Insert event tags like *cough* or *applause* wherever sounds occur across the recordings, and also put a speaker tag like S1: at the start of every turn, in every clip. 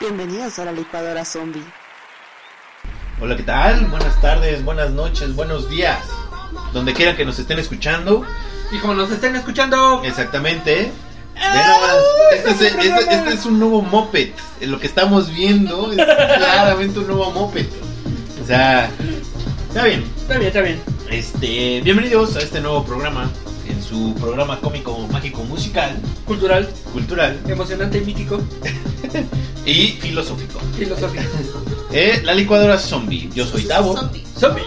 S1: Bienvenidos a la licuadora zombie.
S2: Hola, ¿qué tal? Buenas tardes, buenas noches, buenos días. Donde quiera que nos estén escuchando.
S3: Y como nos estén escuchando,
S2: Exactamente. Ve nomás, Este es, este- este es un nuevo moped. Lo que estamos viendo *laughs* es claramente un nuevo moped. O sea, está bien.
S3: está bien, está bien.
S2: Este, bienvenidos a este nuevo programa. En su programa cómico, mágico, musical,
S3: Cultural,
S2: cultural
S3: emocionante, mítico,
S2: y filosófico.
S3: filosófico.
S2: Eh, la licuadora zombie. Yo soy Tavo.
S3: Zombie.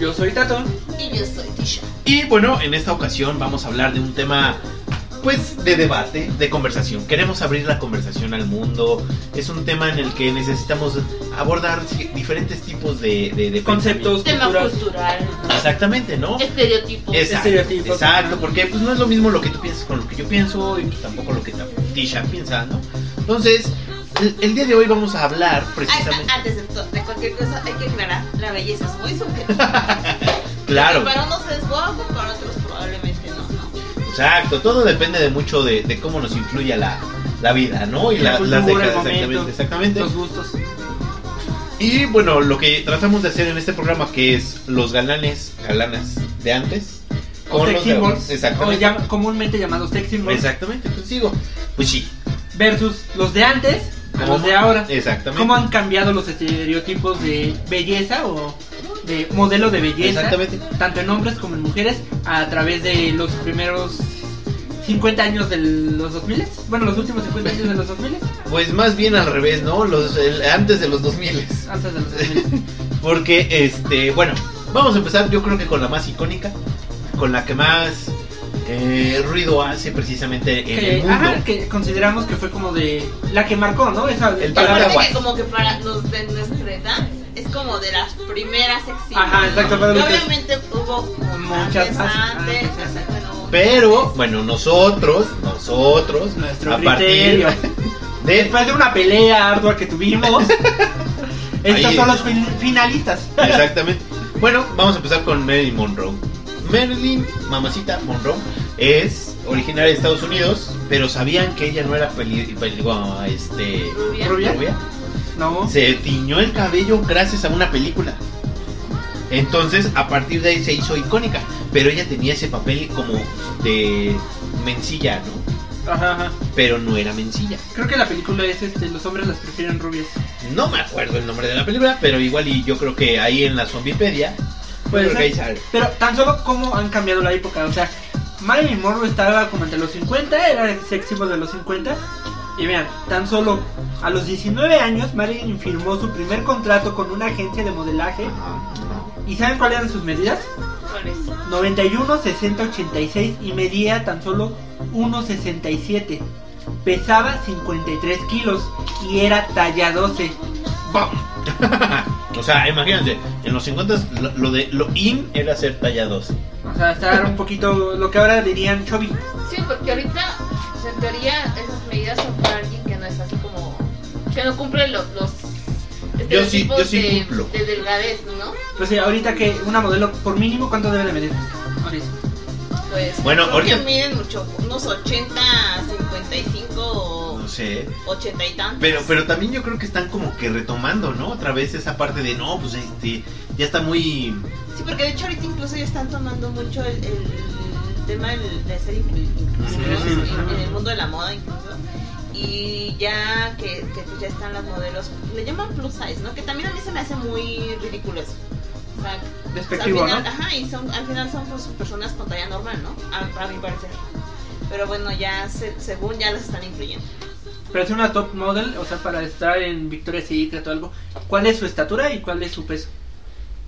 S3: Yo soy Tato.
S4: Y yo soy Tisha.
S2: Y bueno, en esta ocasión vamos a hablar de un tema, pues, de debate, de conversación. Queremos abrir la conversación al mundo. Es un tema en el que necesitamos abordar ci- diferentes tipos de, de- de
S3: Conceptos,
S4: Tema
S3: culturas.
S4: cultural,
S2: pensamiento. Exactamente, ¿no?
S4: estereotipos.
S2: Exacto,
S3: Estereotipos.
S2: exacto, porque pues no es lo mismo lo que tú piensas con lo que yo pienso y pues, tampoco lo que ta- Tisha piensa, ¿no? Entonces, el, el día de hoy vamos a hablar
S4: Ah,
S2: precisamente,
S4: ah, Antes de, to- de cualquier cosa hay que aclarar, la belleza es muy subjetiva. ah,
S2: claro,
S4: Para unos es guapo, para otros probablemente no. ¿no?
S2: Exacto, todo depende de mucho de, de cómo nos influye la, la vida, ¿no? Y
S3: La
S2: la-
S3: cultura,
S2: las
S3: el
S2: décadas,
S3: momento.
S2: exactamente, exactamente.
S3: Los gustos.
S2: Y bueno, lo que tratamos de hacer en este programa que es los galanes, galanas de antes, con
S3: Sex
S2: los de ahora.
S3: symbols, o
S2: Exactamente.
S3: ya- comúnmente llamados sex symbols,
S2: Exactamente, pues digo, pues sí.
S3: versus los de antes a
S2: ¿cómo-
S3: los de ahora.
S2: Exactamente.
S3: ¿Cómo han cambiado los estereotipos de belleza o de modelo de belleza,
S2: Exactamente.
S3: tanto en hombres como en mujeres, a través de los primeros 50 años de los 2000? Bueno, los últimos 50 años de los 2000,
S2: Pues más bien al revés, ¿no? Los, el- antes de los 2000.
S3: antes de los 2000.
S2: Porque, este, bueno, vamos a empezar yo creo que con la más icónica, con la que más eh, ruido hace precisamente en el
S3: que,
S2: mundo.
S3: ajá, que consideramos que fue como de la que marcó, ¿no? Esa
S2: El
S4: Y aparte
S2: Paraguas.
S4: que como que para los de nuestra edad es como de las primeras secciones.
S3: Ajá, exacto,
S4: Y
S3: para los que-
S4: obviamente hubo como
S3: Muchas
S4: antes,
S3: más.
S4: antes,
S3: Ah,
S4: o sea, bueno,
S2: Pero, bueno, nosotros, nosotros,
S3: nuestro
S2: a partir
S3: criterio.
S2: de...
S3: Después de una pelea ardua que
S2: *laughs*
S3: tuvimos, estos
S2: Ahí.
S3: son los fin- finalistas.
S2: Exactamente. Bueno, vamos a empezar con Marilyn Monroe. Marilyn, mamacita Monroe, es originaria de Estados Unidos, pero sabían que ella no era peli, peli- bueno, este,
S4: rubia.
S3: Rubia.
S2: rubia.
S3: No,
S2: Se tiñó el cabello gracias a una película. Entonces, a partir de ahí se hizo icónica, pero ella tenía ese papel como de mencilla, ¿no?
S3: ajá, ajá.
S2: Pero no era mencilla.
S3: Creo que la película es este, los hombres las prefieren rubias.
S2: No me acuerdo el nombre de la película, pero igual y yo creo que ahí en la Zombipedia,
S3: Puede
S2: yo creo que ahí
S3: ser.
S2: sale.
S3: Pero tan solo cómo han cambiado la época, o sea, Marilyn Monroe estaba como entre los 50, era el sex symbol de los 50. Y vean, tan solo a los 19 años Marilyn firmó su primer contrato con una agencia de modelaje. ¿Y saben cuáles eran sus medidas?
S4: Por eso.
S3: 91, 60, 86 y medía tan solo 1,67. Pesaba 53 kilos y era talla 12.
S2: *laughs* O sea, imagínense, en los 50 lo, lo de lo in era ser talla 12.
S3: O sea, estar un poquito lo que ahora dirían chubby.
S4: Sí, porque ahorita, o sea, en teoría, esas medidas son para alguien que no es así como. que no cumple los. los
S2: Yo sí- yo
S4: estereotipos
S2: sí
S4: de-
S2: cumplo.
S4: de, delgadez, ¿no?
S3: Pues sí, ahorita que una modelo por mínimo, ¿cuánto debe de medir? Ahorita.
S4: Pues.
S2: Bueno,
S4: creo
S2: ahorita-
S4: que miden mucho, unos 80, 55 o
S2: No sé.
S4: 80 y tantos.
S2: Pero, pero también yo creo que están como que retomando, ¿no? Otra vez esa parte de no, pues este, ya está muy.
S4: Sí, porque de hecho, ahorita incluso ya están tomando mucho el, el tema del- de ser inclu- inclusivos
S2: Ujú.
S4: en, en el mundo de la moda, incluso. Y ya que, que pues ya están las modelos, le llaman plus size, ¿no? Que también a mí se me hace muy ridículo eso. O sea, pues,
S3: Despectivo,
S4: al
S3: ¿no?
S4: final, Ajá, y son, al final son pues, personas con talla normal, ¿no? A, para mi parecer. Pero bueno, ya se- según ya las están incluyendo.
S3: Pero es una top model, o sea, para estar en Victoria's Secret o algo. ¿Cuál es su estatura y cuál es su peso?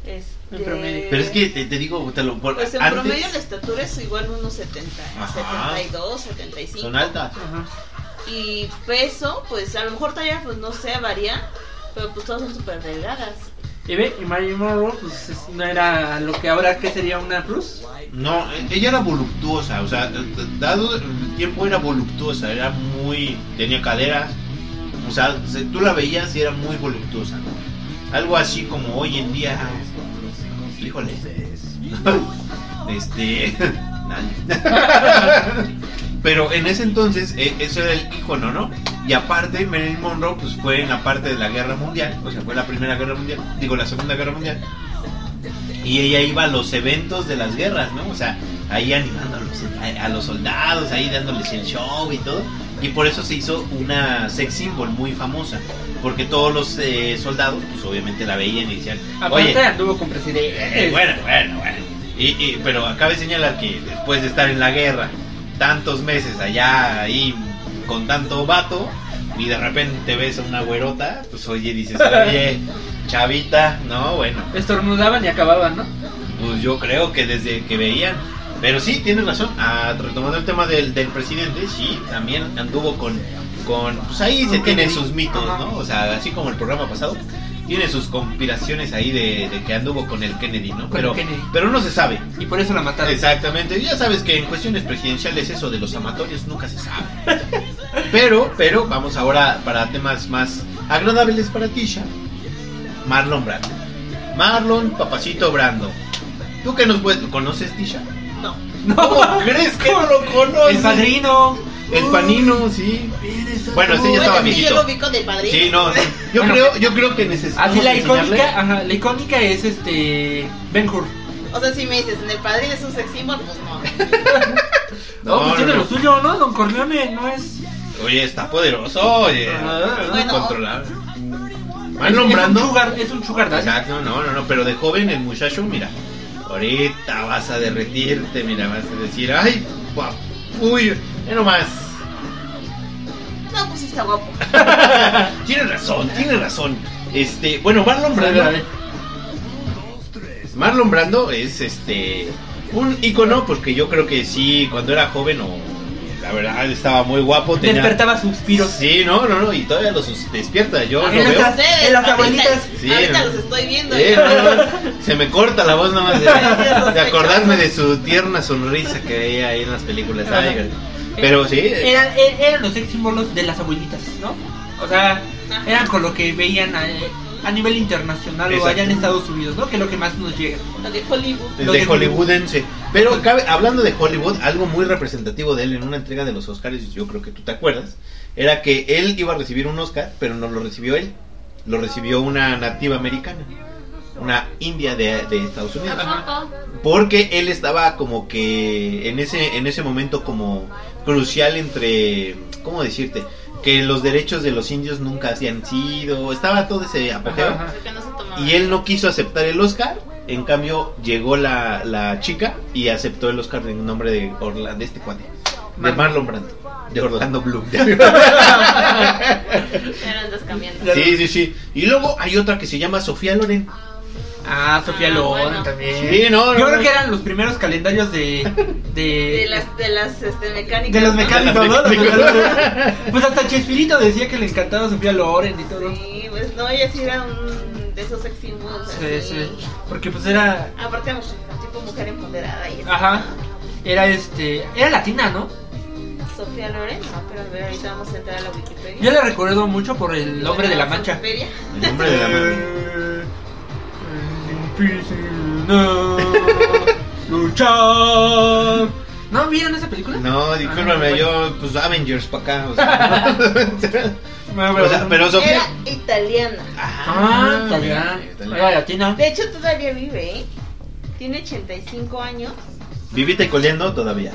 S4: Este,
S3: En promedio.
S2: Pero es que te, te digo, te lo. por-
S4: Pues en
S2: antes
S4: promedio la estatura es igual unos 70,
S2: Ajá.
S4: 72, 75.
S2: son altas.
S3: Ajá.
S4: Y peso, pues a lo mejor talla, pues no sé, varía. Pero pues todas son súper delgadas.
S3: Y ve, y Marilyn Monroe, pues es- no era lo que ahora que sería una plus.
S2: No, e- ella era voluptuosa, o sea, d- d- dado el tiempo era voluptuosa, era muy. tenía caderas, o sea, se- tú la veías y era muy voluptuosa, ¿no? Algo así como hoy en día. Híjole. *laughs* Este. *laughs* nadie. Pero en ese entonces, eh, eso era el icono, ¿no? Y aparte, Marilyn Monroe pues, fue en la parte de la guerra mundial, o sea, fue la primera guerra mundial, digo, la segunda guerra mundial. Y ella iba a los eventos de las guerras, ¿no? O sea, ahí animando a los, a los soldados, ahí dándoles el show y todo. Y por eso se hizo una sex symbol muy famosa. Porque todos los eh, soldados, pues obviamente la veían y decían,
S3: Aparte
S2: oye,
S3: anduvo con
S2: eh,
S3: presidentes.
S2: bueno, bueno, bueno. Y, y- pero acabe de señalar que después de estar en la guerra, tantos meses allá ahí con tanto vato, y de repente ves a una güerota, pues oye, dices, oye, chavita, no, bueno,
S3: Estornudaban y acababan, ¿no?
S2: pues yo creo que desde que veían. Pero sí, tienes razón, ah, retomando el tema del, del presidente, sí, también anduvo con, con, pues ahí se tienen sus mitos, ¿no? O sea, así como el programa pasado, tiene sus conspiraciones ahí de, de que anduvo con el Kennedy, ¿no?
S3: Con
S2: Pero,
S3: Kennedy.
S2: pero no se sabe,
S3: Y por eso la mataron.
S2: Exactamente, ya sabes que en cuestiones presidenciales eso de los amatorios nunca se sabe. Pero, pero vamos ahora para temas más agradables para Tisha. Marlon Brando. Marlon Papacito Brando. ¿Tú qué nos puedes... ¿Conoces Tisha?
S4: No.
S2: ¿Cómo crees que no lo conoces?
S3: El padrino.
S2: El panino, sí. Bueno, ese ya
S4: Bueno,
S2: estaba
S4: sí,
S2: viejito.
S4: Yo lo ubico del padrino.
S2: Sí, no, no. Yo
S3: Bueno.
S2: creo, yo creo que necesitamos
S3: Así la
S2: enseñarle-
S3: icónica, ajá, la icónica es este Ben Hur.
S4: O sea, si me dices, en el padrino es un sex symbol, pues
S2: *laughs*
S4: no.
S3: No,
S2: No,
S3: pues
S2: no,
S3: tiene
S2: no.
S3: lo suyo, ¿no? Don Corleone no es.
S2: Oye, está poderoso, oye.
S3: Ajá,
S2: es
S4: bueno.
S2: incontrolable.
S3: es-
S2: Marlon Brando.
S3: Es un sugar, es un sugar daddy.
S2: Exacto, no, no, no, pero de joven el muchacho, mira, ahorita vas a derretirte, mira, vas a decir, ay, guau, uy, ya nomás.
S4: No, pues sí está guapo.
S2: tiene razón, tiene razón. Este, bueno, Marlon
S3: A ver, a
S2: Brando,
S3: ver.
S2: Marlon Brando es este un icono porque yo creo que sí, cuando era joven o la verdad estaba muy guapo, tenía
S3: Despertaba suspiros.
S2: Sí, no, no, no, y todavía los despierta, yo
S3: Ah,
S2: lo veo.
S3: en nuestras- en las
S4: ahorita-
S3: abuelitas.
S2: Sí,
S4: ahorita
S2: ¿no?
S4: los estoy viendo.
S2: Eh,
S4: ya.
S2: no, no, se me corta la voz nada más de, de acordarme de su tierna sonrisa que veía ahí en las películas. Ay, güey. pero sí, eh,
S3: Eran, er- eran los sex símbolos de las abuelitas, ¿no? O sea,
S4: Ajá.
S3: eran con lo que veían a, eh, a nivel internacional o allá en
S2: Exacto.
S3: Estados Unidos, ¿no? Que es lo que más nos
S2: *laughs*
S3: llega.
S4: Lo de Hollywood.
S3: lo
S2: de
S3: que-
S2: hollywoodense. Pero cabe- hablando de Hollywood, algo muy representativo de él en una entrega de los Oscars, yo creo que tú te acuerdas, era que él iba a recibir un Oscar, pero no lo recibió él, lo recibió una nativa americana, una india de, de Estados Unidos.
S4: Ajá.
S2: Porque él estaba como que en ese, en ese momento como crucial entre, ¿cómo decirte? Que los derechos de los indios nunca habían sido, estaba todo ese apogeo.
S3: Ajá,
S4: Porque no se tomaba.
S2: Y él no quiso aceptar el Oscar, en cambio llegó la, la chica y aceptó el Oscar en nombre de, Orla- de este cuate, de
S3: Marlon.
S2: Marlon Brando, de Orlando Bloom.
S3: *laughs*
S4: Pero andas cambiando.
S2: sí, sí, sí. Y luego hay otra que se llama Sofía Loren.
S3: Ah, Sofía
S4: Ah,
S3: Loren
S4: bueno.
S3: también.
S2: Sí, no, no,
S3: Yo creo
S2: no.
S3: que eran los primeros calendarios de. De,
S4: De las, de las este, mecánicas.
S3: de los
S4: ¿no?
S3: mecánicos,
S2: De
S3: ¿no?
S2: las
S3: Los- Pues hasta Chespirito decía que le encantaba Sofía Loren y todo.
S4: Sí, pues no, ella sí era un de esos sex symbols.
S3: Sí,
S4: así.
S3: sí. Porque pues era.
S4: Aparte, mu- tipo mujer empoderada. Y eso.
S3: Ajá. Era este. Era latina, ¿no?
S4: Sofía Loren, no, pero a ver, ahorita vamos a entrar a la Wikipedia.
S3: Yo la recuerdo mucho por el
S4: Bueno,
S3: hombre de la
S4: vamos a
S3: mancha.
S4: Wikipedia.
S2: El nombre
S3: *laughs*
S2: de la madre.
S3: Eh, Difícil, no, luchar. ¿No vieron esa película?
S2: No, discúlpame,
S3: Ah, bueno.
S2: yo, pues Avengers para acá. O
S3: *laughs*
S2: sea, *laughs*
S3: Bueno,
S2: O sea, pero Sofía.
S4: Era italiana.
S3: Ah, todavía.
S2: mira, italiana.
S3: Era latina.
S4: De hecho, todavía vive, ¿eh? Tiene 85 años.
S2: Vivita y coleando todavía.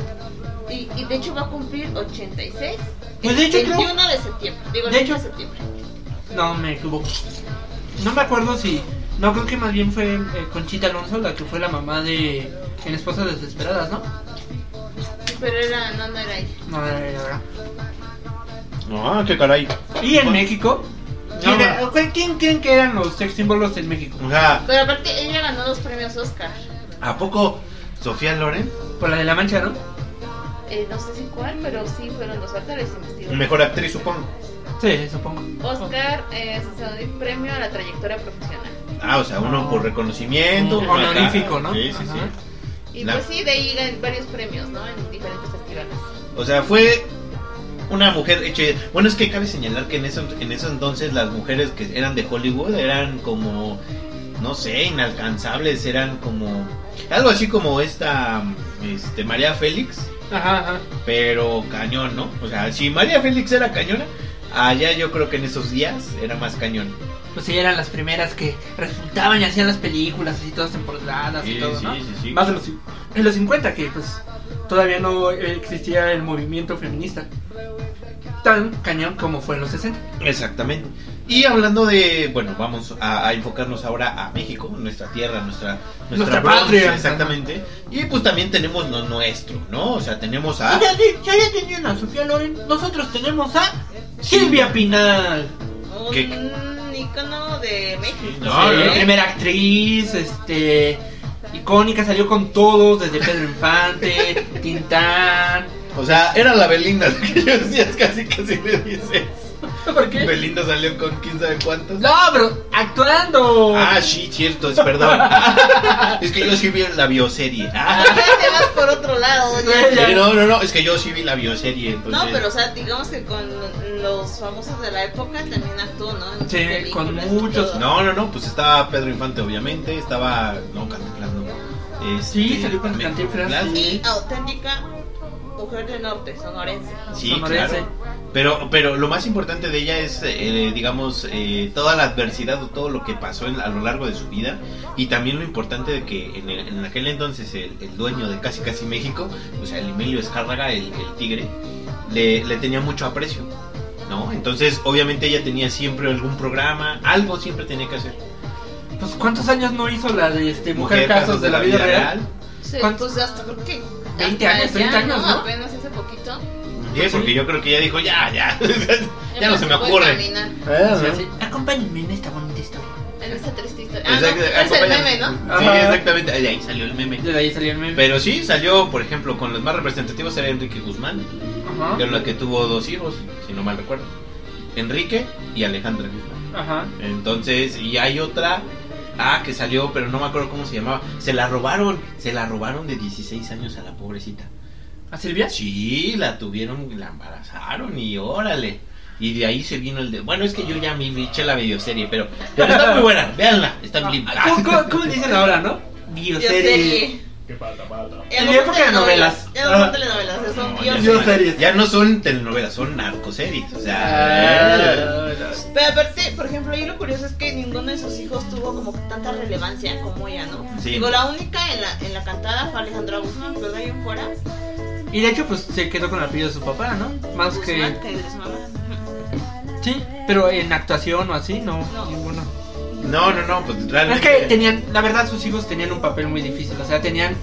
S4: Y, y de hecho va a cumplir 86.
S3: Pues
S4: el
S3: de hecho creo-
S4: 21 de septiembre. Digo, el
S3: De
S4: 21
S3: hecho-
S4: de septiembre.
S3: No, me equivoco. No me acuerdo si. No, creo que más bien fue eh, Conchita Alonso la que fue la mamá de. En Esposas Desesperadas, ¿no?
S4: Sí, Pero era, no, no era ella.
S3: No, era era- era.
S2: Ah, qué caray.
S3: Y en
S2: Bueno.
S3: México. ¿Quién,
S2: No,
S3: era- quién creen que eran los sex símbolos en México?
S2: O sea,
S4: Pero aparte, ella ganó los premios Oscar.
S2: ¿a poco Sofía Loren?
S3: Por la de la mancha, ¿no?
S4: Eh, no sé si cuál, pero sí fueron los Oscars. investigados.
S2: Mejor actriz, supongo.
S3: Sí, supongo.
S4: Oscar eh, se dio premio a la trayectoria profesional.
S2: Ah, o sea, uno por reconocimiento.
S3: Un
S2: uno acá.
S3: honorífico, ¿no?
S2: Sí, sí,
S3: Ajá.
S2: sí.
S4: Y
S2: La-
S4: pues sí, de ahí gané varios premios, ¿no? En diferentes festivales.
S2: O sea, fue una mujer hecha. Bueno, es que cabe señalar que en eso, en eso entonces las mujeres que eran de Hollywood eran como, no sé, inalcanzables, eran como. Algo así como esta este, María Félix,
S5: Ajá, ajá.
S2: pero cañón, ¿no? O sea, si María Félix era cañona, allá yo creo que en esos días era más cañón.
S5: Pues sí, eran las primeras que resultaban y hacían las películas así todas temporadas y
S2: Sí,
S5: todo,
S2: sí,
S5: ¿no?
S2: sí, sí.
S3: Más en los, cin- en los 50, que pues todavía no existía el movimiento feminista tan cañón como fue en los 60.
S2: Exactamente. Y hablando de, bueno, vamos a, a enfocarnos ahora a México, nuestra tierra, nuestra nuestra,
S5: Nuestra
S2: bronce,
S5: patria.
S2: exactamente. Y pues también tenemos lo nuestro, ¿no? O sea, tenemos a
S3: Ya, di- ya, ya tenían a Sofía Loren, nosotros tenemos a Silvia Pinal.
S4: Un
S2: ¿Qué?
S4: icono de México.
S2: No,
S3: Sí,
S2: no.
S3: este, Primera actriz, este icónica, salió con todos, desde *laughs* Pedro Infante, Tintán.
S2: O sea, era la Belinda de aquellos días, casi casi le dices.
S3: ¿Por qué?
S2: Belinda salió con quién sabe cuántos.
S3: No, pero actuando.
S2: Ah, sí, cierto, es perdón.
S5: *laughs*
S2: es que yo sí vi la bioserie. Ah,
S4: Ya te vas por otro lado. ya.
S3: Ya.
S2: Eh, no, no, no, es que yo sí vi la bioserie.
S3: pues
S2: Entonces...
S4: No, pero o sea, digamos que con los famosos de la época también actuó, ¿no? En
S3: Sí,
S4: películas
S3: con
S4: y
S3: muchos,
S4: todo.
S2: No, no, no, pues estaba Pedro Infante, obviamente. Estaba. No, Cantinflas, no. Este,
S3: Sí, salió con
S2: también
S3: Cantinflas,
S4: Y auténtica mujer de norte, sonorense.
S2: Sí,
S3: Sonorense.
S2: claro. Pero, pero lo más importante de ella es, eh, digamos, eh, toda la adversidad o todo lo que pasó en- a lo largo de su vida. Y también lo importante de que en, el- en aquel entonces el, el dueño de Casi Casi México, o sea, el Emilio Escárraga, el, el tigre, le, le tenía mucho aprecio. ¿No? Entonces, obviamente ella tenía siempre algún programa, algo siempre tenía que hacer.
S3: Pues cuántos años no hizo la de este, Mujer, casos, de la vida real.
S4: Sí,
S3: ¿Cuántos?
S4: pues hasta por qué.
S3: 20
S4: Hasta
S3: años, 30 años, ¿no?
S4: Apenas hace poquito.
S2: Sí, porque yo creo que ella dijo, ya, ya, *laughs* ya no se me
S4: puede
S2: ocurre.
S4: caminar
S3: Sí, así, Acompáñenme en esta bonita historia.
S4: En esta triste historia. Ah, no,
S2: Exacto,
S4: es el
S2: acompáñame.
S4: meme, ¿no?
S2: Sí,
S3: Ajá.
S2: exactamente, ahí, ahí salió el meme.
S3: De ahí salió el meme.
S2: Pero sí, salió, por ejemplo, con los más representativos era Enrique Guzmán,
S3: Ajá.
S2: con la que tuvo dos hijos, si no mal recuerdo. Enrique y Alejandra Guzmán.
S3: Ajá.
S2: Entonces, y hay otra, ah, que salió, pero no me acuerdo cómo se llamaba. Se la robaron, se la robaron de 16 años a la pobrecita.
S3: ¿A Silvia?
S2: Sí, la tuvieron, la embarazaron y órale. Y de ahí se vino el de... Bueno, es que yo ya me me eché la videoserie, pero, pero está muy buena, véanla, está en Blim.
S3: ¿Cómo, cómo, cómo le dicen ahora, Ah, no? Bioserie.
S4: Bioserie.
S3: En la época de novelas.
S4: Ya no
S3: Ah.
S4: son telenovelas, ya son
S2: No,
S4: bioseries.
S2: ya, son-
S3: Bioseries.
S2: ya no son telenovelas, son narcoseries. O sea,
S3: Ah, no, no.
S4: Pero aparte, por ejemplo, ahí lo curioso es que ninguno de sus hijos tuvo como tanta relevancia como ella, ¿no?
S2: Sí.
S4: Digo, la única en la, en la cantada fue Alejandra Guzmán, pero de ahí en fuera,
S3: Y de hecho, pues se quedó con el apellido de su papá, ¿no? Más que.
S4: Guzmán, que es mamá.
S3: Sí, pero en actuación o así, no,
S4: No.
S3: ninguno.
S2: no, no, no, pues
S3: Es
S2: realmente.
S3: que tenían, la verdad, sus hijos tenían un papel muy difícil. O sea, tenían.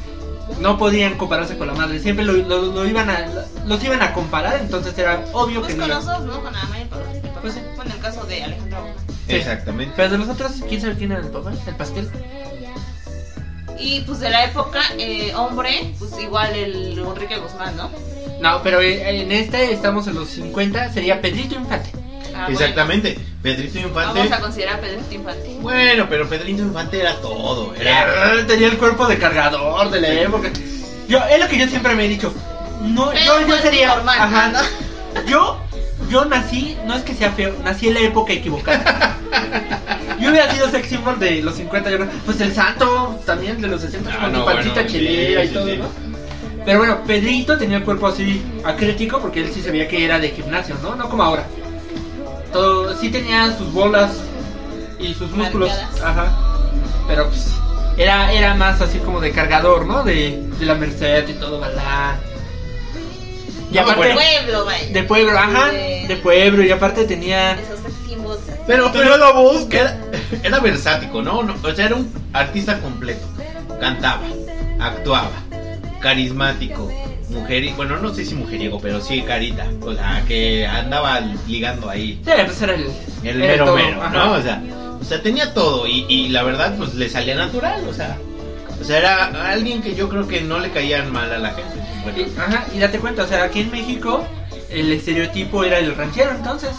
S3: No podían compararse con la madre. Siempre lo, lo- lo iban a, los iban a comparar, entonces era obvio
S4: Pues
S3: que
S4: con
S3: no.
S4: los
S3: iban-
S4: dos, ¿no? Con Amaya y con el papá.
S3: Pues sí.
S4: Bueno, en el caso de Alejandra Guzmán.
S3: sí.
S2: Exactamente.
S3: Pero de los otros, ¿quién sabe quién era el papá? ¿El pastel?
S4: Y pues de la época, eh, hombre, pues igual el Enrique Guzmán, ¿no?
S3: No, pero eh, en este estamos en los 50, sería Pedrito Infante.
S4: Ah, bueno.
S2: Exactamente. Pedrito Infante.
S4: Vamos a considerar a Pedrito Infante.
S2: Bueno, pero Pedrito Infante era todo. Era.
S3: Ah, Tenía el cuerpo de cargador de la época. Yo, es lo que yo siempre me he dicho. No,
S4: Pero
S3: yo, yo
S4: pues,
S3: sería.
S4: normal,
S3: ajá.
S4: ¿no?
S3: Yo, yo nací, no es que sea feo, nací en la época equivocada. Yo hubiera sido sex symbol de los 50, yo creo. Pues el santo también de los 60
S2: Ah,
S3: con
S2: no,
S3: su pancita
S2: bueno,
S3: chilera
S2: sí,
S3: y todo,
S2: sí, sí.
S3: ¿no? Pero bueno, Pedrito tenía el cuerpo así atlético porque él sí se veía que era de gimnasio, ¿no? No como ahora. Todo, sí tenía sus bolas y sus músculos.
S4: Marcadas.
S3: Ajá. Pero pues era, era más así como de cargador, ¿no? De, de la Merced y todo, balá. Y
S2: No,
S3: aparte,
S2: bueno.
S4: Pueblo, vaya.
S3: de pueblo, ajá, de pueblo, y aparte tenía...
S4: Esos símbolos.
S2: Pero, pero la voz que era, era versático, ¿no? No, O sea, era un artista completo. Cantaba, actuaba, carismático, mujer. Bueno, no sé si mujeriego, pero sí carita. O sea, que andaba ligando ahí.
S3: Sí, pues era el...
S2: El
S3: era
S2: mero
S3: todo,
S2: mero,
S3: ajá.
S2: ¿no? O sea, o sea, tenía todo y, y la verdad, pues le salía natural, o sea. O sea, era alguien que yo creo que no le caían mal a la gente. Bueno,
S3: Y- ajá, y date cuenta, o sea, aquí en México el estereotipo era el ranchero, entonces.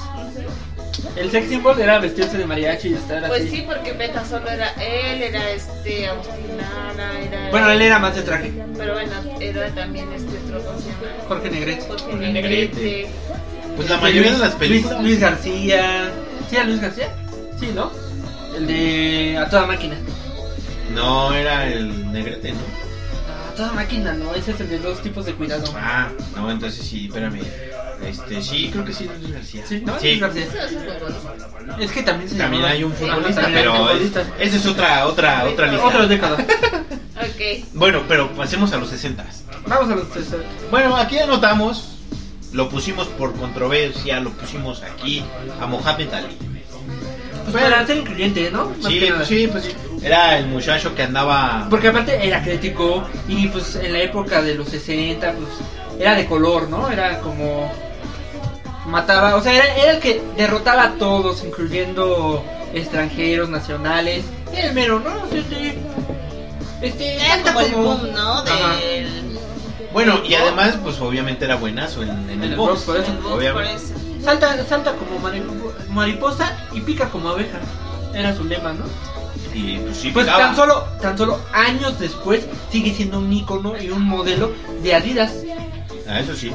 S3: El sex symbol era vestirse de mariachi y estar
S4: Pues
S3: así.
S4: sí, porque Beca solo era él, era este Agustín Lara, era.
S3: Bueno, él era más de traje,
S4: Pero bueno, era también este otro, ¿cómo se llama?
S3: Jorge Negrete.
S4: Jorge
S2: Jorge
S4: Negrete.
S2: Negrete. Pues la
S3: Este,
S2: mayoría de
S3: Luis-
S2: las películas.
S3: Luis, Luis García. ¿Sí era Luis García? Sí, ¿no? El de A toda máquina.
S2: No, era el negrete, ¿no?
S3: A toda máquina, no, ese es el de dos tipos de cuidado.
S2: Ah, no, entonces sí, espérame. Este, sí, creo que sí, Luis García.
S3: Sí, ¿no?
S2: Sí.
S3: Luis García. Es que también se
S2: También
S3: llamaba-
S2: hay un
S3: Ah,
S2: futbolista,
S3: también hay
S2: pero
S3: un
S2: es-
S3: futbolista.
S2: esa es otra, otra, otra lista.
S3: Otra década.
S4: Ok.
S2: Bueno, pero pasemos a los 60.
S3: Vamos a los tres. Pues
S2: Bueno, aquí anotamos, lo pusimos por controversia, lo pusimos aquí a Mohamed Ali.
S3: Pues para ser incluyente, ¿no? Más
S2: Sí,
S3: que nada.
S2: sí, pues sí. Era el muchacho que andaba.
S3: Porque aparte era crítico y pues en la época de los 60 pues era de color, ¿no? Era como mataba, o sea, era, era el que derrotaba a todos, incluyendo extranjeros, nacionales. Era el mero, ¿no? Sí, sí. Este,
S4: Era
S3: tanto
S4: como el boom, ¿no?
S3: Ajá.
S4: Del.
S2: Bueno, y además, pues obviamente era buenazo en, en
S3: En
S2: el
S3: el
S2: box.
S3: box, por eso.
S4: del boom, por
S2: Obviamente.
S4: eso.
S3: Salta, salta como maripo- mariposa y pica como abeja. Era su lema, ¿no?
S2: Y pues sí,
S3: Pues
S2: pegaba.
S3: tan solo, tan solo años después sigue siendo un icono y un modelo de Adidas.
S2: Ah, eso sí.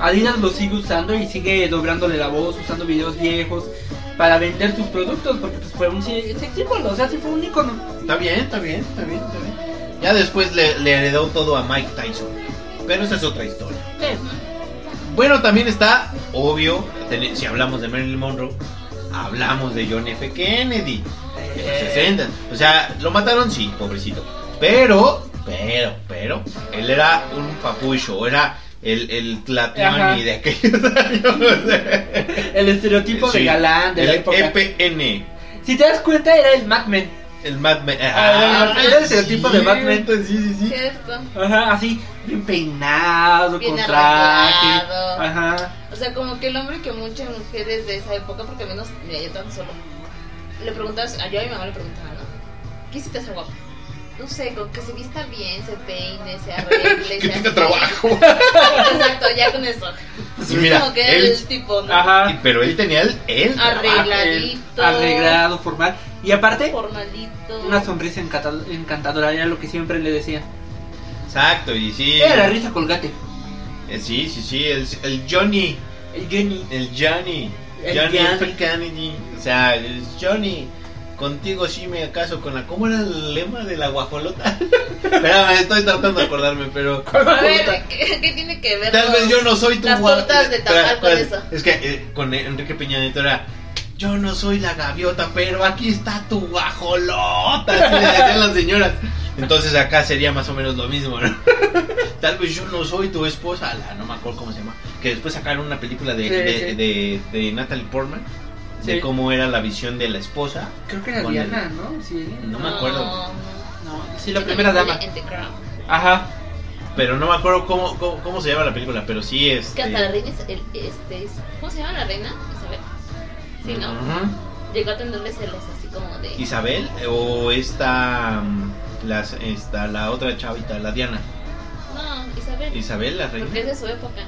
S3: Adidas lo sigue usando y sigue doblándole la voz, usando videos viejos para vender sus productos, porque pues fue un se- sex symbol, o sea, sí fue un icono.
S2: Está bien, está bien, está bien, está bien. Ya después le, le heredó todo a Mike Tyson. Pero esa es otra historia. Bueno, también está, obvio, ten- si hablamos de Marilyn Monroe, hablamos de John F. Kennedy, de los
S3: Eh.
S2: 60. O sea, lo mataron, sí, pobrecito. Pero, pero, pero, él era un papucho, era el, el Tlatuani
S3: Ajá.
S2: de aquellos *laughs* años.
S3: El estereotipo
S2: Sí,
S3: de galán de la
S2: el E
S3: época.
S2: EPN.
S3: Si te das cuenta, era el Madman.
S2: El Batman.
S3: Ah, era el estereotipo de Batman.
S2: Sí, sí, sí.
S4: Cierto.
S3: Ajá, así, bien peinado,
S4: Bien
S3: con traje.
S4: arreglado.
S3: Ajá.
S4: O sea, como que el hombre que muchas mujeres de esa época, porque menos, mira, yo tan solo. Le preguntas, a yo a mi mamá le preguntaba, ¿no? ¿Qué si te hace guapo? No sé, con que se vista bien, se peine,
S2: *laughs*
S4: se arregle.
S2: Que
S4: se
S2: tenga
S3: *laughs*
S4: así.
S2: trabajo.
S4: Exacto, ya con eso.
S2: Y mira,
S4: como que era
S2: él-
S4: el tipo, ¿no?
S2: Y-
S3: Ajá.
S2: Pero él tenía el. el trabajo.
S4: Arregladito.
S3: Arreglado, formal. Y aparte,
S4: Formalito.
S3: una sonrisa encanta- encantadora, era lo que siempre le decían.
S2: Exacto, y sí.
S3: Era la risa colgate.
S2: Eh, Sí, sí, sí. El, el Johnny.
S3: El Jenny.
S2: El Johnny.
S3: El
S2: Johnny
S3: Johnny.
S2: F. Kennedy. O sea, el Johnny. Contigo sí me acaso con la. ¿Cómo era el lema de la guajolota? *laughs* Espérame, estoy tratando de acordarme, pero.
S4: A ver, ¿qué, qué tiene que ver?
S2: Tal
S4: los-
S2: vez yo no soy tu
S4: Las
S2: gua-
S4: tortas de tamal con
S2: Espera,
S4: eso.
S2: Es que eh, con Enrique Peña Nieto era. Yo no soy la gaviota, pero aquí está tu guajolota. Así le decían las señoras. Entonces acá sería más o menos lo mismo, ¿no? *laughs* Tal vez yo no soy tu esposa, la- no me acuerdo cómo se llama. Que después sacaron una película de,
S3: Sí,
S2: de,
S3: sí.
S2: de- de Natalie Portman. De
S3: Sí.
S2: cómo era la visión de la esposa.
S3: Creo que era
S2: Con
S3: Diana, ¿no? Sí,
S2: No me acuerdo.
S3: no, sí, la primera dama.
S4: En The Crown.
S2: *laughs*
S3: Ajá.
S2: Pero no me acuerdo cómo, cómo, cómo se llama la película, pero sí es.
S4: Es que hasta la reina es, el, este, es- ¿Cómo se llama la reina? Isabel. Sí, ¿no?
S2: Mm.
S4: Llegó a tenerle celos así como de.
S2: Isabel o esta mm, las esta la otra chavita, la Diana.
S4: No, Isabel.
S2: Isabel la reina.
S4: Porque es de su época.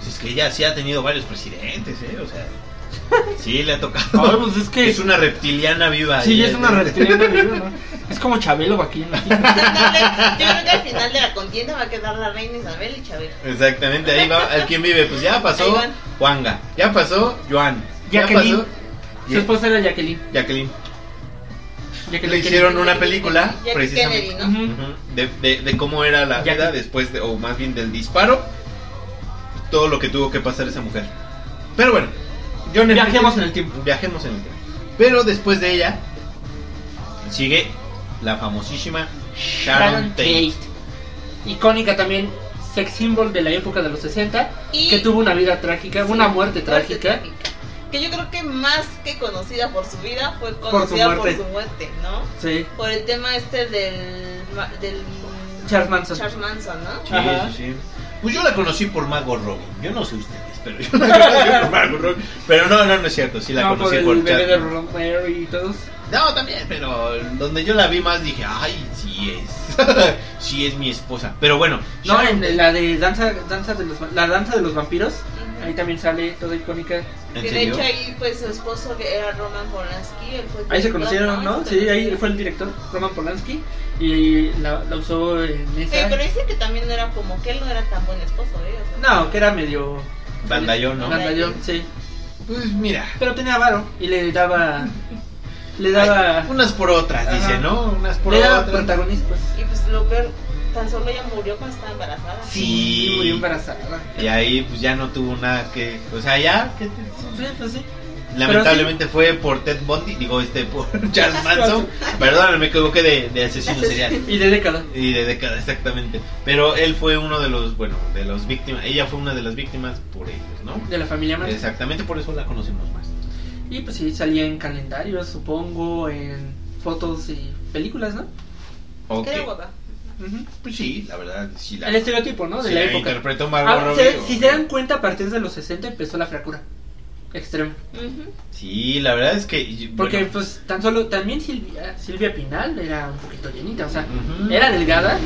S2: Pues es que ella sí ha tenido varios presidentes, eh, o
S4: *laughs*
S2: sea, sí le ha
S3: A ver,
S2: tocado.
S3: pues es que.
S2: Es una reptiliana viva.
S3: Sí,
S2: ella,
S3: es una
S2: eh,
S3: reptiliana, ¿no? Es como Chabelo aquí.
S2: *laughs*
S4: Ándale, *laughs* Yo creo que al final de la contienda va a quedar la reina Isabel y Chabelo.
S2: Exactamente, ahí va al quien vive, pues ya
S4: Ahí
S2: pasó
S4: van.
S2: Juanga, ya pasó Joan, ya
S3: Jacqueline.
S2: pasó
S3: Su esposa era Jacqueline.
S2: Jacqueline.
S3: Jacqueline
S2: Le hicieron una
S4: Jackie
S2: película
S4: Kennedy, Jackie
S2: precisamente
S4: Kennedy, ¿no?
S3: Ujú.
S2: Ujú, de, de- de cómo era la
S3: Jackie.
S2: vida después, de, o más bien del disparo, todo lo que tuvo que pasar esa mujer. Pero bueno, yo
S3: Viajemos en el tiempo.
S2: Viajemos en el tiempo. Pero después de ella, sigue la famosísima Sharon Tate.
S3: Icónica también, sex symbol de la época de los 60,
S4: Y-
S3: que tuvo una vida trágica,
S4: Sí,
S3: una muerte
S4: muerte
S3: trágica.
S4: Que yo creo que más que conocida por su vida, fue
S3: su
S4: conocida por
S3: muerte.
S4: su muerte, ¿no?
S3: Sí,
S4: Por el tema este del. ma- del
S3: Charles Manson.
S4: Charles Manson, ¿no?
S2: Sí,
S3: Ajá.
S2: sí, sí. Pues yo la conocí por Margot Robbie. Yo no sé ustedes, pero yo la conocí por Margot Robbie. Pero no, no, no es cierto. Sí la
S3: No, por
S2: conocí
S3: el
S2: por,
S3: bebé
S2: Chad-
S3: de Romero y todos.
S2: No, también, pero donde yo la vi más dije, ay, sí es. *laughs* sí es mi esposa. Pero bueno,
S3: No,
S2: Sharon-
S3: en la de danza, danza de los, la danza de los vampiros,
S4: Ujú.
S3: ahí también sale toda icónica.
S2: ¿en
S4: Que de
S2: serio?
S4: hecho ahí pues su esposo que era Roman Polanski, él fue el
S3: Ahí se
S4: director,
S3: conocieron, ¿no?
S4: Se
S3: Sí, ahí
S4: conocieron.
S3: fue el director Roman Polanski y la, la usó en
S4: Eh,
S3: esa.
S4: pero dice que también no era como que él no era tan buen esposo, ¿eh? O sea,
S3: No, que era medio
S2: Bandayón, ¿no?
S3: Bandayón, sí.
S2: Pues mira.
S3: Pero tenía varo y le daba. Le daba.
S2: Ay, unas por otras,
S3: Ajá.
S2: dice, ¿no? Unas por
S3: Le daba
S2: otras.
S3: protagonistas.
S4: Y pues lo peor, tan solo ella murió cuando estaba embarazada.
S2: Sí.
S3: Muy embarazada.
S2: Y ahí pues ya no tuvo nada que... O sea, ya... ¿qué te-
S3: Sí, pues sí.
S2: Lamentablemente fue por Ted Bundy, digo, este, por *laughs* Charles Manson. Perdón, me equivoqué de, de asesino serial.
S3: Y de década.
S2: Y de década, exactamente. Pero él fue uno de los, bueno, de los víctimas. Ella fue una de las víctimas por ellos, ¿no?
S3: De la familia más.
S2: Exactamente, por eso la conocemos más.
S3: Y pues sí, salía en calendarios, supongo, en fotos y películas, ¿no?
S2: Ok.
S4: Qué guapa.
S3: Ujú.
S2: Pues sí, la verdad, sí la,
S3: El estereotipo, ¿no? De
S2: sí
S3: la
S2: la
S3: época.
S2: interpretó
S3: Ah,
S2: Margot
S3: se-
S2: Robbie.
S3: si se dan cuenta, a partir de los 60 empezó la fractura extrema.
S4: Ujú.
S2: Sí, la verdad es que... y-
S3: Porque
S2: bueno,
S3: pues tan solo, también Silvia, Silvia Pinal era un poquito llenita, o sea,
S2: ujú.
S3: era delgada,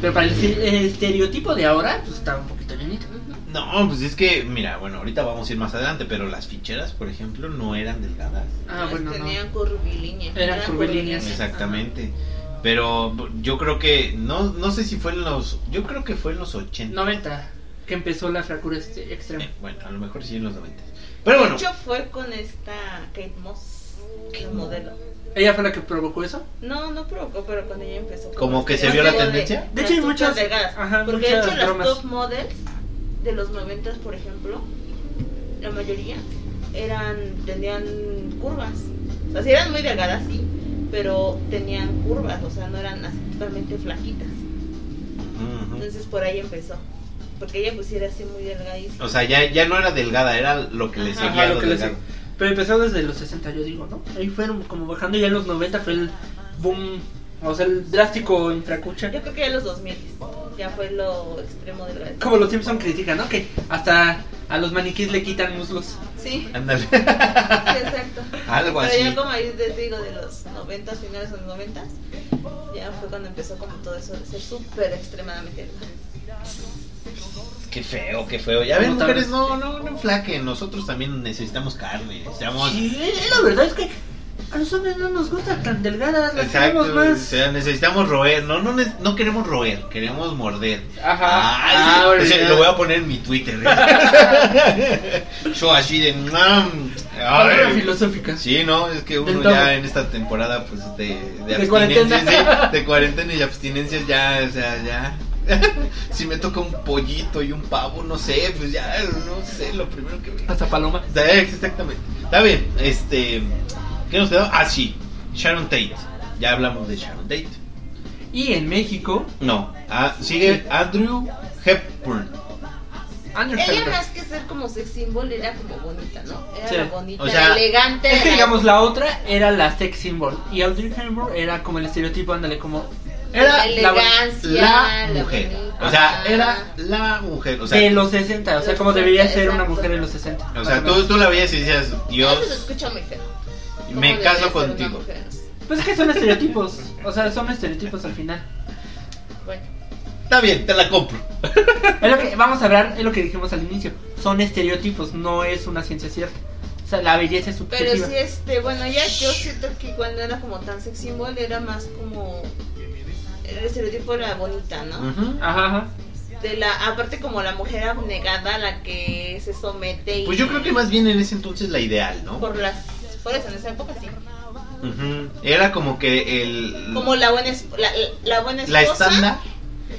S3: pero para el, si- el estereotipo de ahora, pues estaba un poquito llenita.
S4: Ujú.
S2: No, pues es que, mira, bueno, ahorita vamos a ir más adelante, pero las ficheras, por ejemplo, no eran delgadas.
S3: Ah,
S4: Las
S3: bueno, no.
S4: Pues, Tenían curvilíneas.
S3: Eran curvilíneas.
S2: Exactamente. Pero yo creo que, no, no sé si fue en los, yo creo que fue en los 80.
S3: 90, que empezó la fractura este- extrema.
S2: Eh, bueno, a lo mejor sí en los 90.
S4: Pero
S2: Pero bueno,
S4: De hecho, fue con esta Kate Moss,
S2: Kate
S4: la
S2: Moss.
S4: modelo.
S3: ¿Ella fue la que provocó eso?
S4: No, no provocó, pero cuando ella empezó. con
S2: Como
S4: los
S2: que se
S4: temas
S2: vio la
S4: de-
S2: tendencia.
S3: De hecho, hay
S4: las
S3: muchas-
S4: super delgadas.
S3: ajá,
S4: Porque de hecho,
S3: muchas
S4: las
S3: bromas.
S4: top models de los 90, por ejemplo, la mayoría eran tenían curvas. O sea, sí eran muy delgadas, sí, pero tenían curvas, o sea, no eran así totalmente flaquitas.
S2: ujú.
S4: Entonces por ahí empezó. Porque ella pues sí era así muy delgadísima.
S2: o sea, ya, ya no era delgada, era lo que le
S4: Ajá,
S2: seguía.
S3: lo
S2: lo
S3: que le
S2: delgado.
S3: Pero empezó desde los 60, yo digo, ¿no? Ahí fueron como bajando y ya en los 90 fue el
S2: Ah.
S3: boom, o sea, el drástico en fracucha.
S4: Yo creo que ya en los 2000 ya fue lo extremo delgado.
S3: Como los Simpson critican, ¿no? Que hasta a los maniquís le quitan muslos.
S4: Sí, sí,
S2: Ándale. *laughs*
S4: exacto.
S2: Algo
S4: Pero
S2: así.
S4: ya como ahí les digo, de los 90, finales de los 90, ya fue cuando empezó como todo eso de ser súper extremadamente delgado.
S2: Qué feo, qué feo. Ya ven,
S3: Como tal.
S2: mujeres, no, no, no flaquen. Nosotros también necesitamos carne. Necesitamos.
S3: Sí, la verdad es que a los hombres no nos gustan tan delgadas, las
S2: Exacto,
S3: queremos
S2: o
S3: más.
S2: sea, necesitamos roer, no, no, ne- no queremos roer, queremos morder.
S3: Ajá.
S2: Ay,
S3: Ah,
S2: o sea,
S3: olvidado.
S2: lo voy a poner en mi Twitter. ¿eh?
S3: *laughs*
S2: Yo así de... mm,
S3: Palabra
S2: ay.
S3: filosófica.
S2: Sí, no, es que uno
S3: Del todo.
S2: ya en esta temporada pues de, de,
S3: De
S2: abstinencias,
S3: cuarentena.
S2: sí, de cuarentena y abstinencias ya, o sea, ya. *laughs* si me toca un pollito y un pavo, no sé, pues ya, no sé, lo primero que veo.
S3: Hasta paloma.
S2: Está- eh, Exactamente. Está bien. Este, ¿Qué nos quedó? Ah, sí. Sharon Tate. Ya hablamos de Sharon Tate.
S3: Y en México,
S2: No. Ah, sigue Andrew Hepburn.
S3: Andrew
S4: *laughs* Ella
S3: Hepburn.
S4: más que ser como sex symbol era como bonita, ¿no? Era
S3: Sí.
S4: la bonita,
S2: O sea,
S4: elegante.
S3: Es que
S4: la-
S3: digamos, la otra era la sex symbol. Y Audrey Hepburn era como el estereotipo, ándale, como. Era
S4: la
S3: la,
S4: elegancia,
S2: La
S4: la
S2: mujer.
S4: bonita.
S2: O sea, era la mujer. O
S3: de
S2: sea,
S3: los 60, o sea,
S4: Los
S3: como debería ser
S4: 60,
S3: una
S4: exacto.
S3: mujer en los 60.
S2: o
S3: más
S2: sea
S3: menos.
S2: tú, tú la veías y decías,
S4: Eso se
S2: Dios,
S4: escucha muy feo. ¿Cómo
S2: me
S4: debería ser
S2: caso
S4: una
S2: contigo.
S4: mujer?
S3: Pues es que son estereotipos, o sea, son estereotipos al final.
S4: Bueno,
S2: Está bien, te la compro.
S3: Es lo que vamos a hablar, es lo que dijimos al inicio. Son estereotipos, no es una ciencia cierta. O sea, la belleza es subjetiva.
S4: pero sí, este, bueno, ya yo siento que cuando era como tan sex symbol era más como. El estereotipo era bonita, ¿no?
S2: Ujú.
S3: Ajá, ajá. *laughs*
S4: De la, aparte como la mujer abnegada, la que se somete y
S2: Pues yo creo que más bien en ese entonces la ideal, ¿no?
S4: por las por eso en esa época sí.
S2: Ujú. Era como que el...
S4: Como la buena es- la, la- la buena
S2: la
S4: esposa,
S2: estándar.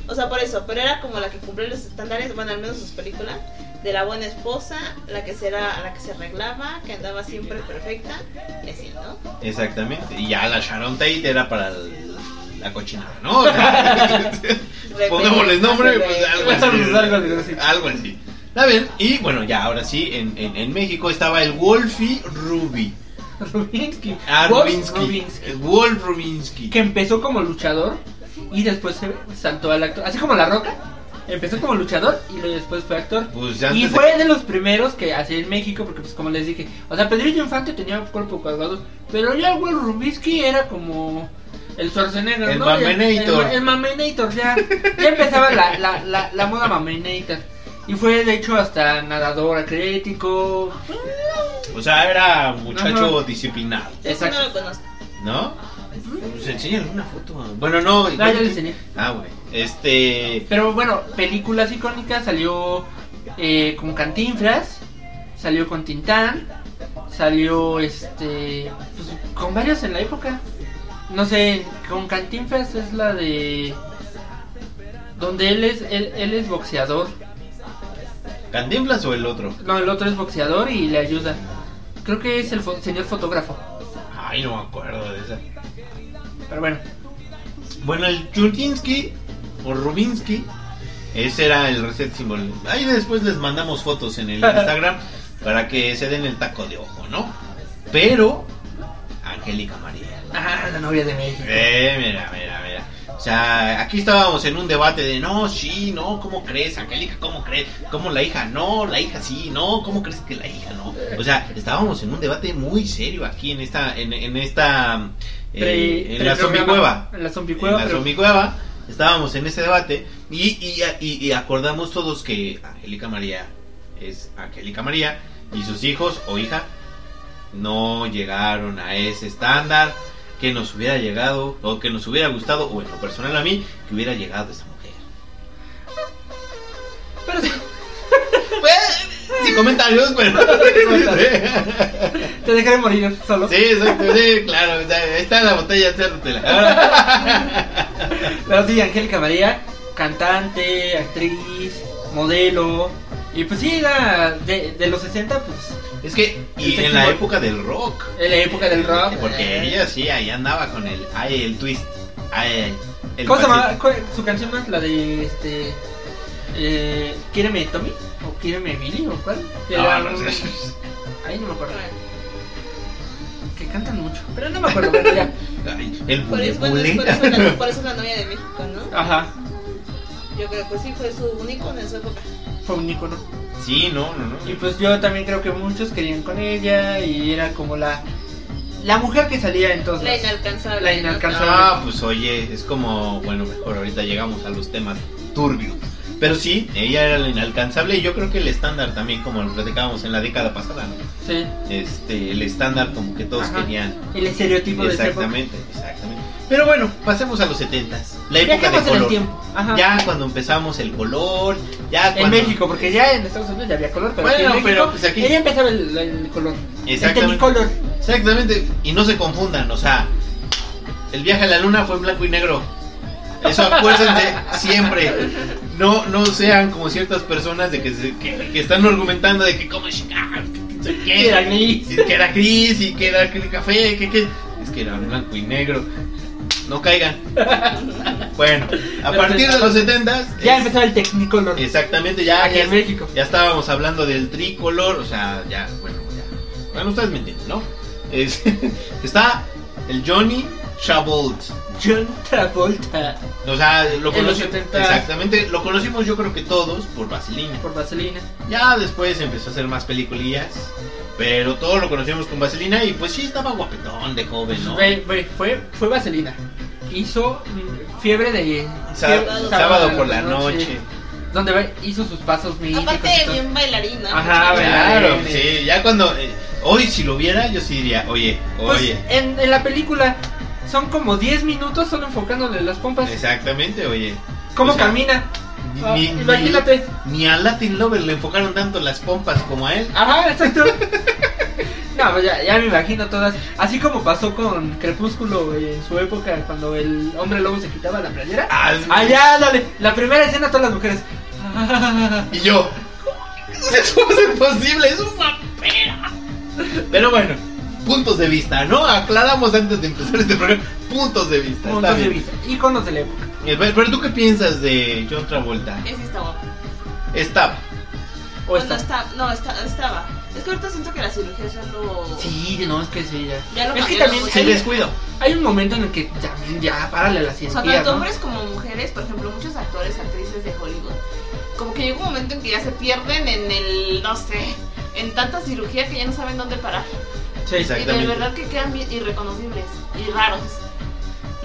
S4: o sea por eso, pero era como la que cumplía los estándares, bueno al menos sus películas, de la buena esposa, la que se era, la que se arreglaba, que andaba siempre perfecta, y así, ¿no?
S2: Exactamente. Y ya la Sharon Tate era para el- la cochinada,
S3: *laughs*
S2: ¿no? O sea, *laughs* Pongámosle nombre, pues algo así.
S3: Algo así.
S2: Algo así. Está bien. Y bueno, ya ahora sí, en, en, en México estaba el Wolfie Ruby.
S3: Rubinsky.
S2: Ah,
S3: Wolf
S2: Rubinsky.
S3: Rubinsky,
S2: El Wolf Rubinsky.
S3: Que empezó como luchador y después se saltó al actor. Así como La Roca, empezó como luchador y luego después fue actor.
S2: Pues
S3: Y
S2: antes de-
S3: fue de los primeros que hacía en México, porque pues como les dije, o sea, Pedrito Infante tenía un cuerpo cuadrado, pero ya el güey Rubinsky era como el Schwarzenegger,
S2: El
S3: ¿no?
S2: Mamenator.
S3: El, el Mamenator, ya, ya empezaba la, la, la, la moda Mamenator. Y fue de hecho hasta nadador atlético.
S2: O sea, era muchacho
S3: Ajá.
S2: disciplinado,
S4: Exacto. No
S3: Exacto.
S4: lo conozco.
S2: ¿no? Pues enséñale una foto. Bueno, no.
S3: Ah, ya le enseñé.
S2: Ah, bueno. Este.
S3: Pero bueno, películas icónicas salió eh, con Cantinflas, salió con Tintán, salió este pues, con varios en la época. No sé, con Cantinflas es la de donde él es él, él es boxeador.
S2: ¿Cantinflas o el otro?
S3: No, el otro es boxeador y le ayuda. Creo que es el fo- señor fotógrafo.
S2: Ay, no me acuerdo de esa.
S3: Pero bueno,
S2: Bueno, el Churchinsky o Rubinsky, ese era el reset symbol. Ahí después les mandamos fotos en el
S3: *laughs*
S2: Instagram para que se den el taco de ojo, ¿no? Pero, Angélica María.
S3: ah, la novia de México.
S2: Eh, mira, mira, mira. O sea, aquí estábamos en un debate de no, sí, no, ¿cómo crees, Angélica? ¿Cómo crees? ¿Cómo la hija? No, la hija sí, no, ¿cómo crees que la hija no? O sea, estábamos en un debate muy serio aquí en esta, en, en esta, eh,
S3: Pre-
S2: en la
S3: preprograma-
S2: zombie cueva.
S3: En la zombie cueva.
S2: En la
S3: pero-
S2: zombie cueva, estábamos en ese debate y, y- y- y acordamos todos que Angélica María es Angélica María y sus hijos o hija no llegaron a ese estándar que nos hubiera llegado o que nos hubiera gustado o en lo personal a mí que hubiera llegado esa mujer.
S3: pero sí,
S2: *laughs* Pues, sin comentarios, pero...
S3: te dejaré morir solo.
S2: *laughs* sí, exacto, sí, claro, o sea, ahí está la botella, cérratela.
S3: Pero sí, Angélica María, cantante, actriz, modelo. Y pues sí, era de, de los 60, pues,
S2: Es que, y en la época del rock.
S3: en la época del rock.
S2: Porque
S3: eh,
S2: ella sí, ahí andaba con el, ay, el twist. ay, el
S3: ¿Cómo
S2: pasito.
S3: se llamaba? ¿Cuál- Su canción más, la de este. Eh, ¿Quíreme Tommy? ¿O Quíreme Billy? ¿O cuál? Que
S2: No,
S3: era
S2: Ah, no
S3: un-
S2: sé.
S3: Ay, no me acuerdo. Que cantan mucho. Pero no me acuerdo.
S2: *laughs*
S3: pero ya.
S2: Ay, el
S4: Por
S2: bule,
S4: eso, bueno,
S2: bule.
S4: por, eso la,
S2: *laughs*
S4: por eso la novia de México, ¿no?
S3: Ajá.
S4: Yo creo que sí fue su único en su época.
S3: Fue un icono.
S2: *laughs* Sí, no, no, no.
S3: Y pues yo también creo que muchos querían con ella y era como la la mujer que salía entonces.
S4: La inalcanzable.
S3: La
S4: ¿no?
S3: inalcanzable.
S2: Ah, pues oye, es como, bueno, mejor ahorita llegamos a los temas turbios. Pero sí, ella era la inalcanzable y yo creo que el estándar también, como lo platicábamos en la década pasada, ¿no?
S3: Sí.
S2: Este, el estándar como que todos
S3: Ajá.
S2: querían.
S3: El estereotipo de esa época.
S2: Exactamente, exactamente. Pero bueno, pasemos a los setentas. La época
S3: Viajemos
S2: de
S3: en el
S2: color.
S3: tiempo. Ajá.
S2: Ya cuando empezamos el color, ya
S3: En
S2: cuando-
S3: México, porque ya en Estados Unidos ya había color, pero
S2: Bueno,
S3: aquí en México
S2: pero, pues, aquí-
S3: ella empezaba el, el color.
S2: Exactamente.
S3: El color.
S2: Exactamente, y no se confundan, o sea, el viaje a la luna fue en blanco y negro. Eso
S3: *laughs*
S2: acuérdense siempre. No, no sean como ciertas personas de que, se- que, que están argumentando de que como chingado, que- que-
S3: Que era gris.
S2: y que era gris y que era el café, que, que es que era blanco y negro. No
S3: *laughs*
S2: caigan. Bueno, a
S3: Pero
S2: partir
S3: sí.
S2: de los 70
S3: Ya empezaba el tecnicolor.
S2: Exactamente, ya,
S3: Aquí
S2: ya
S3: en México.
S2: ya estábamos hablando del tricolor, o sea, ya, bueno, ya. Bueno, ustedes me entienden, ¿no? Es- *laughs* está el Johnny Chabolt.
S3: John Travolta
S2: O sea, lo
S3: En los
S2: conocimos.
S3: 70s.
S2: Exactamente, lo conocimos yo creo que todos por Vaselina.
S3: por Vaselina.
S2: Ya después empezó a hacer más peliculillas, pero todos lo conocimos con Vaselina y pues sí estaba guapetón de joven, ¿no?
S3: Fue, fue, fue, fue Vaselina. Hizo mm, fiebre de
S2: Sá-
S3: fiebre-
S2: sábado por la noche.
S3: Donde va- hizo sus pasos míticos.
S4: Aparte
S3: y
S4: de
S3: todo.
S4: bien bailarín, ¿no?
S3: Ajá,
S2: Claro,
S3: bailarín.
S2: sí, ya cuando eh, hoy si lo viera yo sí diría, "Oye,
S3: Pues,
S2: oye,
S3: en, en la película son como 10 minutos solo enfocándole las pompas.
S2: exactamente, oye."
S3: pues. ¿Cómo
S2: o sea,
S3: camina?
S2: Ni-
S3: Ah,
S2: ni-
S3: imagínate.
S2: Ni a Latin Lover le enfocaron tanto las pompas como a él.
S3: Ajá, exacto. no, pues ya, ya me imagino todas. Así como pasó con Crepúsculo eh, en su época, cuando el hombre lobo se quitaba la playera.
S2: Ah,
S3: Allá, dale. La primera escena, todas las mujeres.
S2: Y yo, *laughs* eso es imposible, es una pera. Pero bueno, puntos de vista, ¿no? Aclaramos antes de empezar este programa. Puntos de vista. está
S3: Puntos de
S2: bien.
S3: vista. Iconos de la época.
S2: Eh, Pero pero tú qué piensas de John Travolta?
S4: Ese está guapo.
S2: Está.
S3: O
S4: Bueno,
S3: esta.
S4: está- no, está- estaba. Es que ahorita siento que la cirugía ya lo.
S3: Sí, no, es que sí, ya.
S4: Ya lo
S3: es que
S4: cambiaron
S3: también
S4: mucho.
S2: Se
S3: hay,
S2: descuido.
S3: hay un momento en el que ya, ya párale a la
S4: O
S3: ciencia.
S4: sea, tanto hombres como mujeres, por ejemplo, muchos actores, actrices de Hollywood, como que llega un momento en que ya se pierden en el, no sé, en tanta cirugía que ya no saben dónde parar.
S3: Sí,
S4: Y de
S2: Exactamente.
S4: verdad que quedan bien irreconocibles y raros,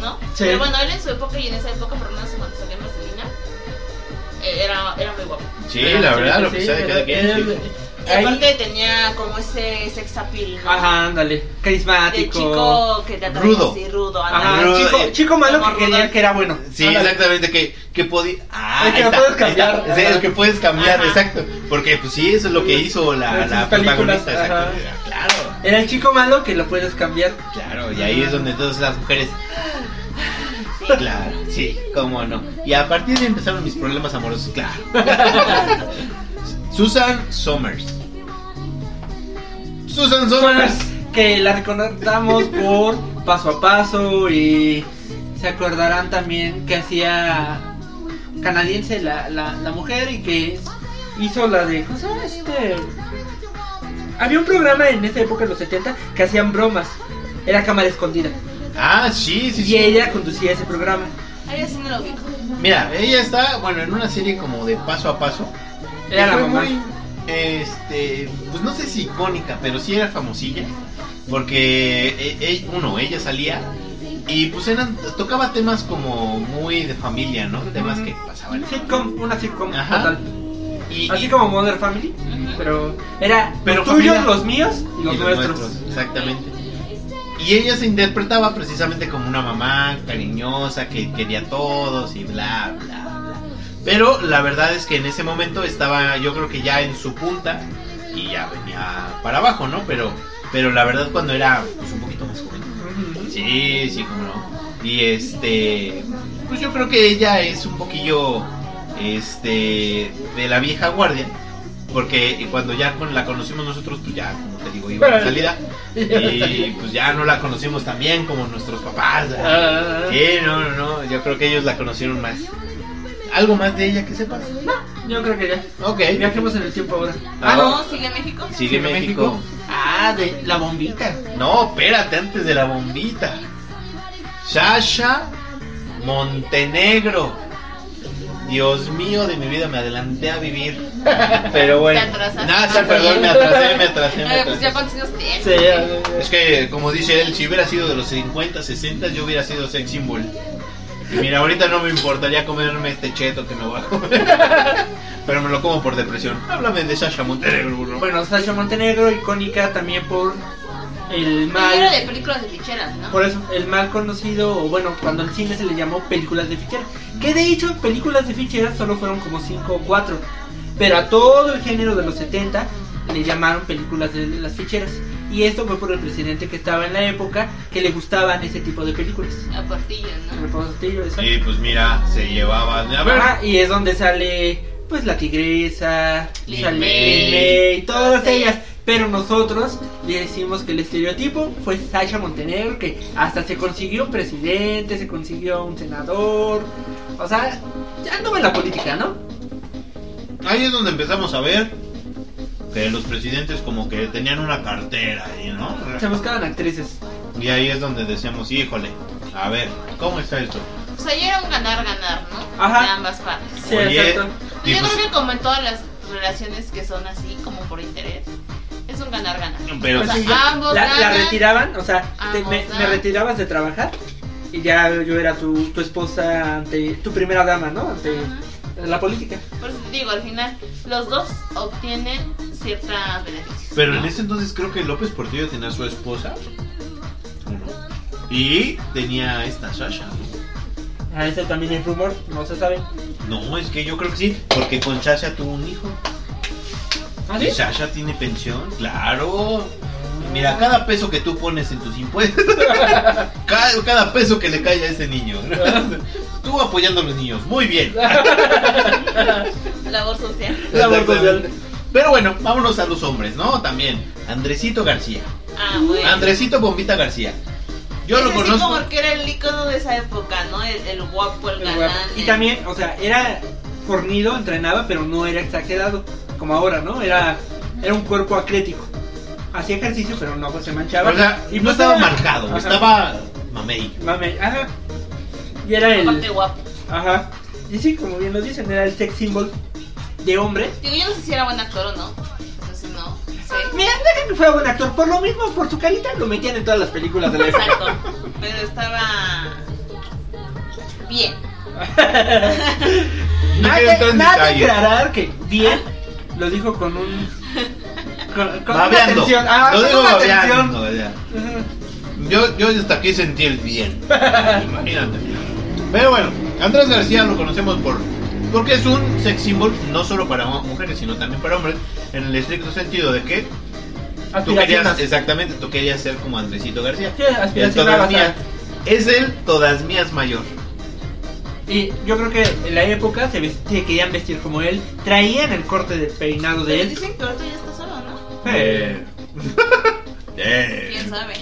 S4: ¿no?
S3: Sí.
S4: Pero bueno, él en su época y en esa época, por lo menos cuando salió en Vaselina, eh, era, era muy guapo.
S3: eh,
S2: Sí, la verdad, lo que sea de cada quien. sí.
S4: Y
S3: Ahí-
S4: aparte tenía como ese sex appeal, ¿no?
S3: Ajá, ándale.
S4: De
S3: Carismático.
S4: chico que te atrae
S2: Rudo.
S4: así, rudo.
S3: Ajá,
S4: ándale.
S2: Rudo,
S3: chico,
S2: eh,
S3: chico malo que
S4: Rudo.
S3: quería que era bueno.
S2: Sí,
S3: Ándale.
S2: exactamente, que, que podía... Ah,
S3: El que
S2: ahí
S3: lo
S2: está,
S3: puedes
S2: ahí está.
S3: cambiar,
S2: Sí,
S3: ajá.
S2: el que puedes cambiar,
S4: Ajá.
S2: exacto. Porque pues sí, eso es lo que hizo la,
S3: Las
S2: la
S3: películas,
S2: protagonista.
S3: ajá.
S2: exacto. Claro,
S3: Era el chico malo que lo puedes cambiar.
S2: claro. Y ahí es donde todas las mujeres... ah,
S4: Sí.
S2: Claro, sí, cómo no. Y a partir de ahí empezaron mis problemas amorosos,
S3: *laughs*
S2: claro. Susan Somers. Susan Somers.
S3: Personas que la recordamos por paso a paso y se acordarán también que hacía canadiense la, la, la mujer y que hizo la de... ¿Cómo se llama este? Había un programa en esa época, en los 70, que hacían bromas. Era cámara escondida.
S2: Ah, sí, sí,
S3: Y
S2: sí.
S3: ella conducía ese programa.
S4: Ahí así no lo ubico.
S2: Mira, ella está, bueno, en una serie como de paso a paso.
S3: Era la
S2: Fue
S3: mamá.
S2: muy, este, pues no sé si icónica, pero sí era famosilla. Porque, eh, eh, uno, ella salía y pues eran, tocaba temas como muy de familia, ¿no? Temas que pasaban.
S3: Sitcom, una sitcom
S2: Ah, Ajá.
S3: total.
S2: Y,
S3: Así
S2: y-
S3: como Mother Family,
S2: Ah,
S3: pero era
S2: Pero
S3: los tuyos,
S2: familia.
S3: los míos y los,
S2: y los
S3: nuestros.
S2: nuestros, Exactamente. Y ella se interpretaba precisamente como una mamá cariñosa que quería a todos y bla, bla, bla. Pero la verdad es que en ese momento estaba yo creo que ya en su punta y ya venía para abajo, ¿no? Pero, pero la verdad cuando era pues, un poquito más joven.
S3: Ujú.
S2: Sí, sí, como no. Y este, pues yo creo que ella es un poquillo, este, de la vieja guardia, porque cuando ya con- la conocimos nosotros, pues ya, como te digo, iba de salida, y pues ya no la conocimos tan bien como nuestros papás. ¿verdad?
S3: Ah.
S2: Sí, no, no, no, yo creo que ellos la conocieron más. ¿Algo más de ella que sepas?
S3: Yo creo que ya.
S2: Ok.
S3: Viajemos en el tiempo ahora.
S4: Ah, no, sigue México.
S2: Sigue México.
S5: Ah, de la bombita.
S2: No, espérate, antes de la bombita. Sasha Montenegro. Dios mío, de mi vida me adelanté a vivir.
S4: *laughs*
S2: Pero bueno.
S4: Te atrasaste.
S2: Nada, sí, perdón, me atrasé, me atrasé, me
S4: Eh, pues ya
S2: atrasé.
S4: cuántos años tienes.
S3: Sí, ya, ya, ya.
S2: Es que, como dice él, si hubiera sido de los 50, 60, yo hubiera sido sex symbol. Y mira, ahorita no me importaría comerme este cheto que me voy a comer. Pero me lo como por depresión. Háblame de Sasha Montenegro, burro.
S3: Bueno, Sasha Montenegro, icónica también por el
S4: Primero de
S3: mal.
S4: películas de ficheras, ¿no?
S3: Por eso, el mal conocido, o bueno, cuando al cine se le llamó películas de ficheras. Que de hecho, películas de ficheras solo fueron como 5 o 4. Pero a todo el género de los 70 le llamaron películas de las ficheras. Y esto fue por el presidente que estaba en la época que le gustaban ese tipo de películas.
S4: A Portillo, ¿no?
S3: El Portillo, exacto.
S2: Y pues mira, se llevaba. A ver,
S3: Ajá, y es donde sale pues la tigresa,
S4: Lin
S3: sale
S2: May.
S3: Lin May, todas
S4: Todas ellas.
S3: ellas. Pero nosotros le decimos que el estereotipo fue Sasha Montenegro, que hasta se consiguió un presidente, se consiguió un senador. O sea, ya anduvo en la política, ¿no?
S2: Ahí es donde empezamos a ver que los presidentes como que tenían una cartera ahí, ¿no?
S3: Se buscaban actrices.
S2: Y ahí es donde decíamos, híjole, a ver, ¿cómo está esto?
S4: O sea, ya era un ganar-ganar, ¿no?
S3: Ajá.
S4: De ambas partes.
S3: Sí,
S2: Oye,
S3: exacto.
S2: y
S4: Yo
S2: pues,
S4: creo que como en todas las relaciones que son así, como por interés, es un ganar-ganar.
S2: pero
S4: O sea,
S3: Pues sí, ya.
S4: ambos
S3: la, la
S4: ganan.
S3: retiraban, o sea, te- me,
S4: Ambos
S3: me
S4: ganan.
S3: retirabas de trabajar y ya yo era tu, tu esposa ante tu primera dama, ¿no? Ante
S4: Ajá.
S3: la política.
S4: Por eso te digo, al final, los dos obtienen ciertos beneficios.
S2: pero
S4: ¿no?
S2: en ese entonces creo que López Portillo tenía a su esposa. uno, Y tenía a esta Sasha. ¿no?
S3: A Ah, ese también hay rumor, no se sabe.
S2: No, es que yo creo que sí, porque con Sasha tuvo un hijo.
S3: ¿Ah,
S2: ¿Y Sasha tiene pensión? Claro. Mira, cada peso que tú pones en tus
S3: *laughs*
S2: impuestos, cada, cada peso que le cae a ese niño.
S3: *laughs*
S2: Tú apoyando a los niños, muy bien.
S4: Labor social.
S3: Labor social.
S2: Pero bueno, vámonos a los hombres, ¿no? También, Andresito García.
S4: Ah, bueno.
S2: Andresito Bombita García. Yo lo
S4: Ese sí
S2: conozco.
S4: como que era el ícono de esa época, ¿no? El, el guapo, el ganán.
S3: Y
S4: el-
S3: también, o sea, era fornido, entrenaba, pero no era exagerado, como ahora, ¿no? Era, era un cuerpo atlético. Hacía ejercicio, pero no pues, se manchaba.
S2: O sea,
S3: Y
S2: no
S3: pues
S2: estaba
S3: era-
S2: marcado,
S3: Ajá.
S2: estaba mamey.
S3: Mame, ajá. Y era
S4: Aparte
S3: el.
S4: guapo.
S3: Ajá. Y sí, como bien nos dicen, era el sex symbol de hombre.
S4: Digo, yo no sé si era buen actor o no. Entonces, no. Sí.
S3: Mira, mira que fue buen actor. Por lo mismo, por su carita, lo metían en todas las películas de la época.
S4: Exacto. Pero estaba. Bien.
S2: No quiero
S3: Nadie,
S2: entrar en
S3: nadie
S2: detalles.
S3: aclarar que bien lo dijo con un con, con una
S2: Babeando.
S3: atención. Ah,
S2: Lo
S3: con
S2: digo
S3: una
S2: babeando. ya.
S3: atención. eh,
S2: Yo, yo hasta aquí sentí el bien. Imagínate. Pero bueno, Andrés García lo conocemos por. Porque es un sex symbol no solo para mu- mujeres, sino también para hombres. En el estricto sentido de que tú querías.
S3: Aspiraciones.
S2: Exactamente, tú querías ser como Andresito García.
S3: Sí,
S2: El
S3: aspiración a
S2: todas mías.
S3: basar.
S2: Es el todas mías mayor.
S3: Y yo creo que en la época se vest- se querían vestir como él, traían el corte de peinado de
S4: Pero
S3: él.
S4: dicen que ahorita ya está solo, ¿no?
S3: Eh,
S2: *laughs* Eh.
S4: ¿Quién sabe?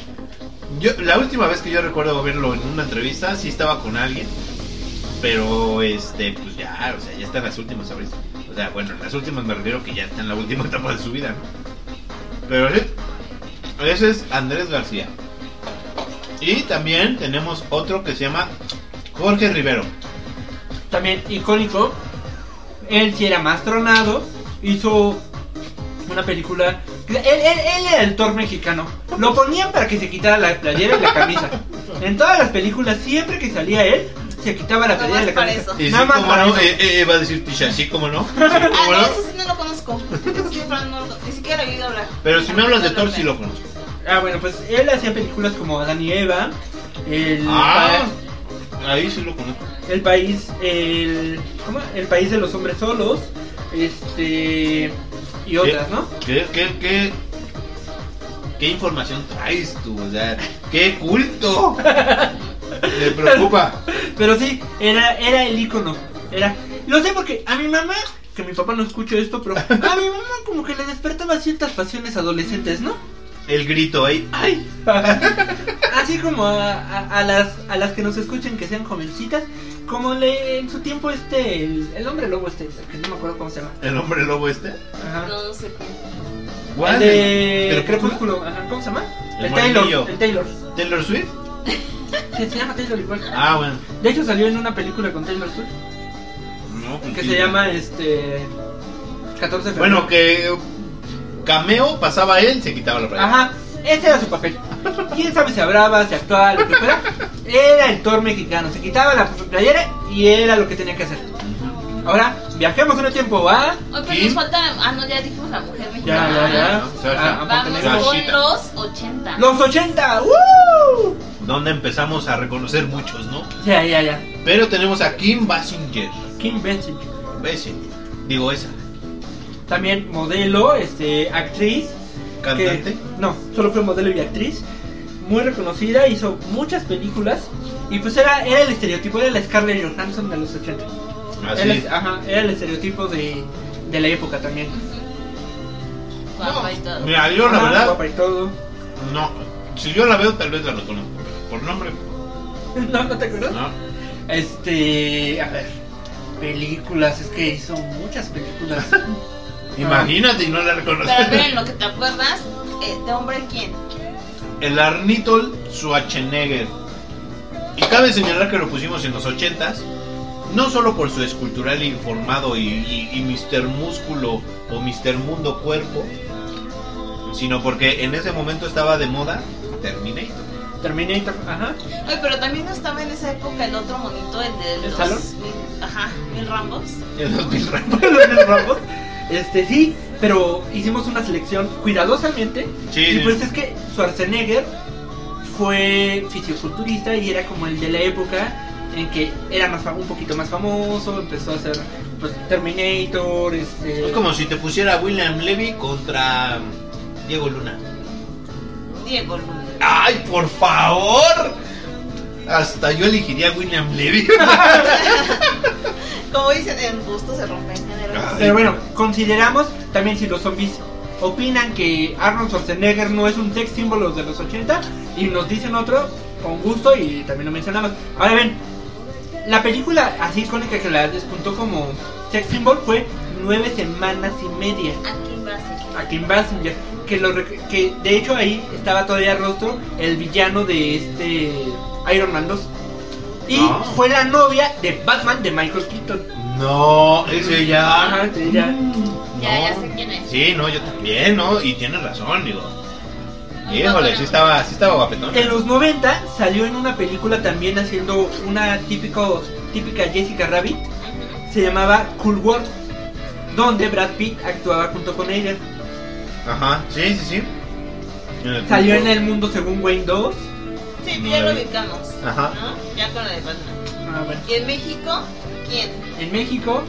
S2: Yo, la última vez que yo recuerdo verlo en una entrevista, sí estaba con alguien. Pero, este, pues ya, o sea, ya está en las últimas, ¿sabes? O sea, bueno, en las últimas me refiero que ya está en la última *laughs* etapa de su vida, ¿no? Pero sí, ese es Andrés García. Y también tenemos otro que se llama Jorge Rivero.
S3: También icónico. Él sí era más tronado. Hizo una película. Él, él, él era el Thor mexicano. Lo ponían para que se quitara la playera y la camisa. En todas las películas, siempre que salía él, se quitaba la
S4: Nada
S3: playera y la
S4: más para
S3: camisa.
S4: eso.
S2: Y
S3: Nada
S2: sí,
S3: más
S2: cómo
S3: para
S2: no,
S3: eso.
S2: eh, eh, eh, va a decir Tisha, sí, cómo no. Sí,
S4: Ah,
S2: cómo
S4: no, *laughs*
S2: no.
S4: eso sí no lo conozco. Eso sí, Fran, no lo- ni siquiera lo he oído hablar.
S2: Pero si me hablas de Thor, sí lo conozco.
S3: Ah, bueno, pues él hacía películas como Adán y Eva. El,
S2: Ah, ahí sí lo conozco.
S3: pa- el país. El, ¿cómo? el país de los hombres solos. Este. Y otras, ¿no?
S2: ¿Qué, qué, qué, qué información traes tú? O sea, qué culto. Me preocupa.
S3: Pero sí, era, era el icono. Era. Lo sé porque a mi mamá, que mi papá no escucha esto, pero a
S2: *laughs*
S3: mi mamá como que le despertaba ciertas pasiones adolescentes, ¿no?
S2: El grito ahí. ¡Ay!
S3: *laughs* Así como a, a- a las a las que nos escuchen que sean jovencitas, como le en su tiempo este el, el hombre lobo este, que no me acuerdo cómo se llama.
S2: ¿El hombre lobo este?
S3: Ajá.
S4: No, no sé.
S2: ¿Cuál?
S3: el de
S2: ¿El Crepúsculo?
S3: Crepúsculo, ajá, ¿cómo se llama?
S2: El
S3: El, Taylor,
S2: morenillo.
S3: el Taylor.
S2: ¿Taylor Swift?
S3: Sí, se llama Taylor igual.
S2: Ah, bueno.
S3: De hecho salió en una película con Taylor Swift
S2: No, pues
S3: que
S2: sí.
S3: se llama este 14 de febrero.
S2: Bueno, que eh, cameo pasaba él, se quitaba la playa.
S3: Ajá, ese era su papel. Quién sabe si hablaba, si actuaba, lo que fuera. Era el Thor mexicano. Se quitaba la playera y era lo que tenía que hacer. Ahora, viajemos en el tiempo a.
S4: Oye, pero
S2: ¿Quién?
S4: nos falta. Ah, no, ya dijimos la mujer
S3: Ya,
S4: mexicana.
S3: ya, ya.
S2: No, Sasha.
S3: A- a
S4: Vamos
S3: Montenegro.
S4: con
S2: Sashita.
S4: los 80.
S3: Los 80. ¡Woo!
S2: Donde empezamos a reconocer muchos, ¿no?
S3: Ya, ya, ya.
S2: Pero tenemos a Kim Basinger.
S3: Kim Basinger.
S2: Basinger. Digo esa.
S3: También modelo, este, actriz. que-
S2: Cantante.
S3: no, solo fue modelo y actriz. Muy reconocida, hizo muchas películas. Y pues era, era el estereotipo, era la Scarlett Johansson de los 80. Era,
S2: Así.
S3: el- ajá, era el estereotipo de, de la época también.
S4: Ujú. Guapa y todo.
S2: Mira, yo la
S3: Ajá,
S2: verdad.
S3: guapa y todo. *laughs*
S2: No, si yo la veo tal vez la reconozco. Por nombre,
S3: No, no te acuerdas.
S2: no.
S3: Este, a ver, películas, es que hizo
S2: *laughs*
S3: muchas películas.
S2: Imagínate y no la
S4: Pero miren,
S2: reconoces.
S4: lo que te acuerdas, eh, ¿de hombre quién?
S2: El Arnitol Schwarzenegger. Y cabe señalar que lo pusimos en los 80s, no solo por su escultural informado y, y, y Mr. Músculo o Mr. Mundo Cuerpo, sino porque en ese momento estaba de moda Terminator.
S3: Terminator, ajá. *laughs*
S4: Oye, pero también no estaba en esa época el otro monito, el de
S3: ¿El
S4: los.
S3: Stallone?
S4: mil- ajá, mil rambos.
S2: En *laughs* los mil ramos.
S3: Los Rambos. Este, sí, pero hicimos una selección cuidadosamente.
S2: Sí,
S3: Y pues es que Schwarzenegger fue fisioculturista y era como el de la época en que era más, fa- un poquito más famoso, empezó a hacer pues, Terminator, este...
S2: es como si te pusiera William Levy contra Diego Luna.
S4: Diego Luna.
S2: ¡Ay, por favor! Hasta yo elegiría a William Levy. *laughs*
S4: Como dicen, en gusto se rompen géneros.
S2: Ah.
S3: Pero bueno, consideramos también si los zombies opinan que Arnold Schwarzenegger no es un sex símbolo de los 80 y nos dicen otro con gusto y también lo mencionamos. Ahora ven, la película así icónica que la despuntó como sex symbol fue nueve semanas y media
S4: Aquí va a ser.
S3: a Kim Basinger, que, lo rec- que de hecho ahí estaba todavía rostro el villano de este Iron Man 2 y
S2: Ah.
S3: fue la novia de Batman de Michael Keaton.
S2: No, ese ya.
S3: Ajá, sí, ya.
S4: Ya, ya
S2: No.
S4: sé quién es.
S2: Sí, no, yo también, ¿no? Y tienes razón, digo.
S4: Ay,
S2: Híjole,
S4: bueno.
S2: sí estaba, sí estaba guapetón.
S3: En los 90 salió en una película también haciendo una típico, típica Jessica Rabbit,
S4: Ujú.
S3: se llamaba Cool World, donde Brad Pitt actuaba junto con ella.
S2: Ajá, sí, sí, sí. En el
S3: Salió en
S2: punto.
S3: el mundo según Wayne 2.
S4: Sí, ya lo ubicamos.
S2: Ajá.
S4: ¿no? Ya con la de Batman.
S3: Ah, bueno.
S4: ¿Y en México? ¿Quién?
S3: En México,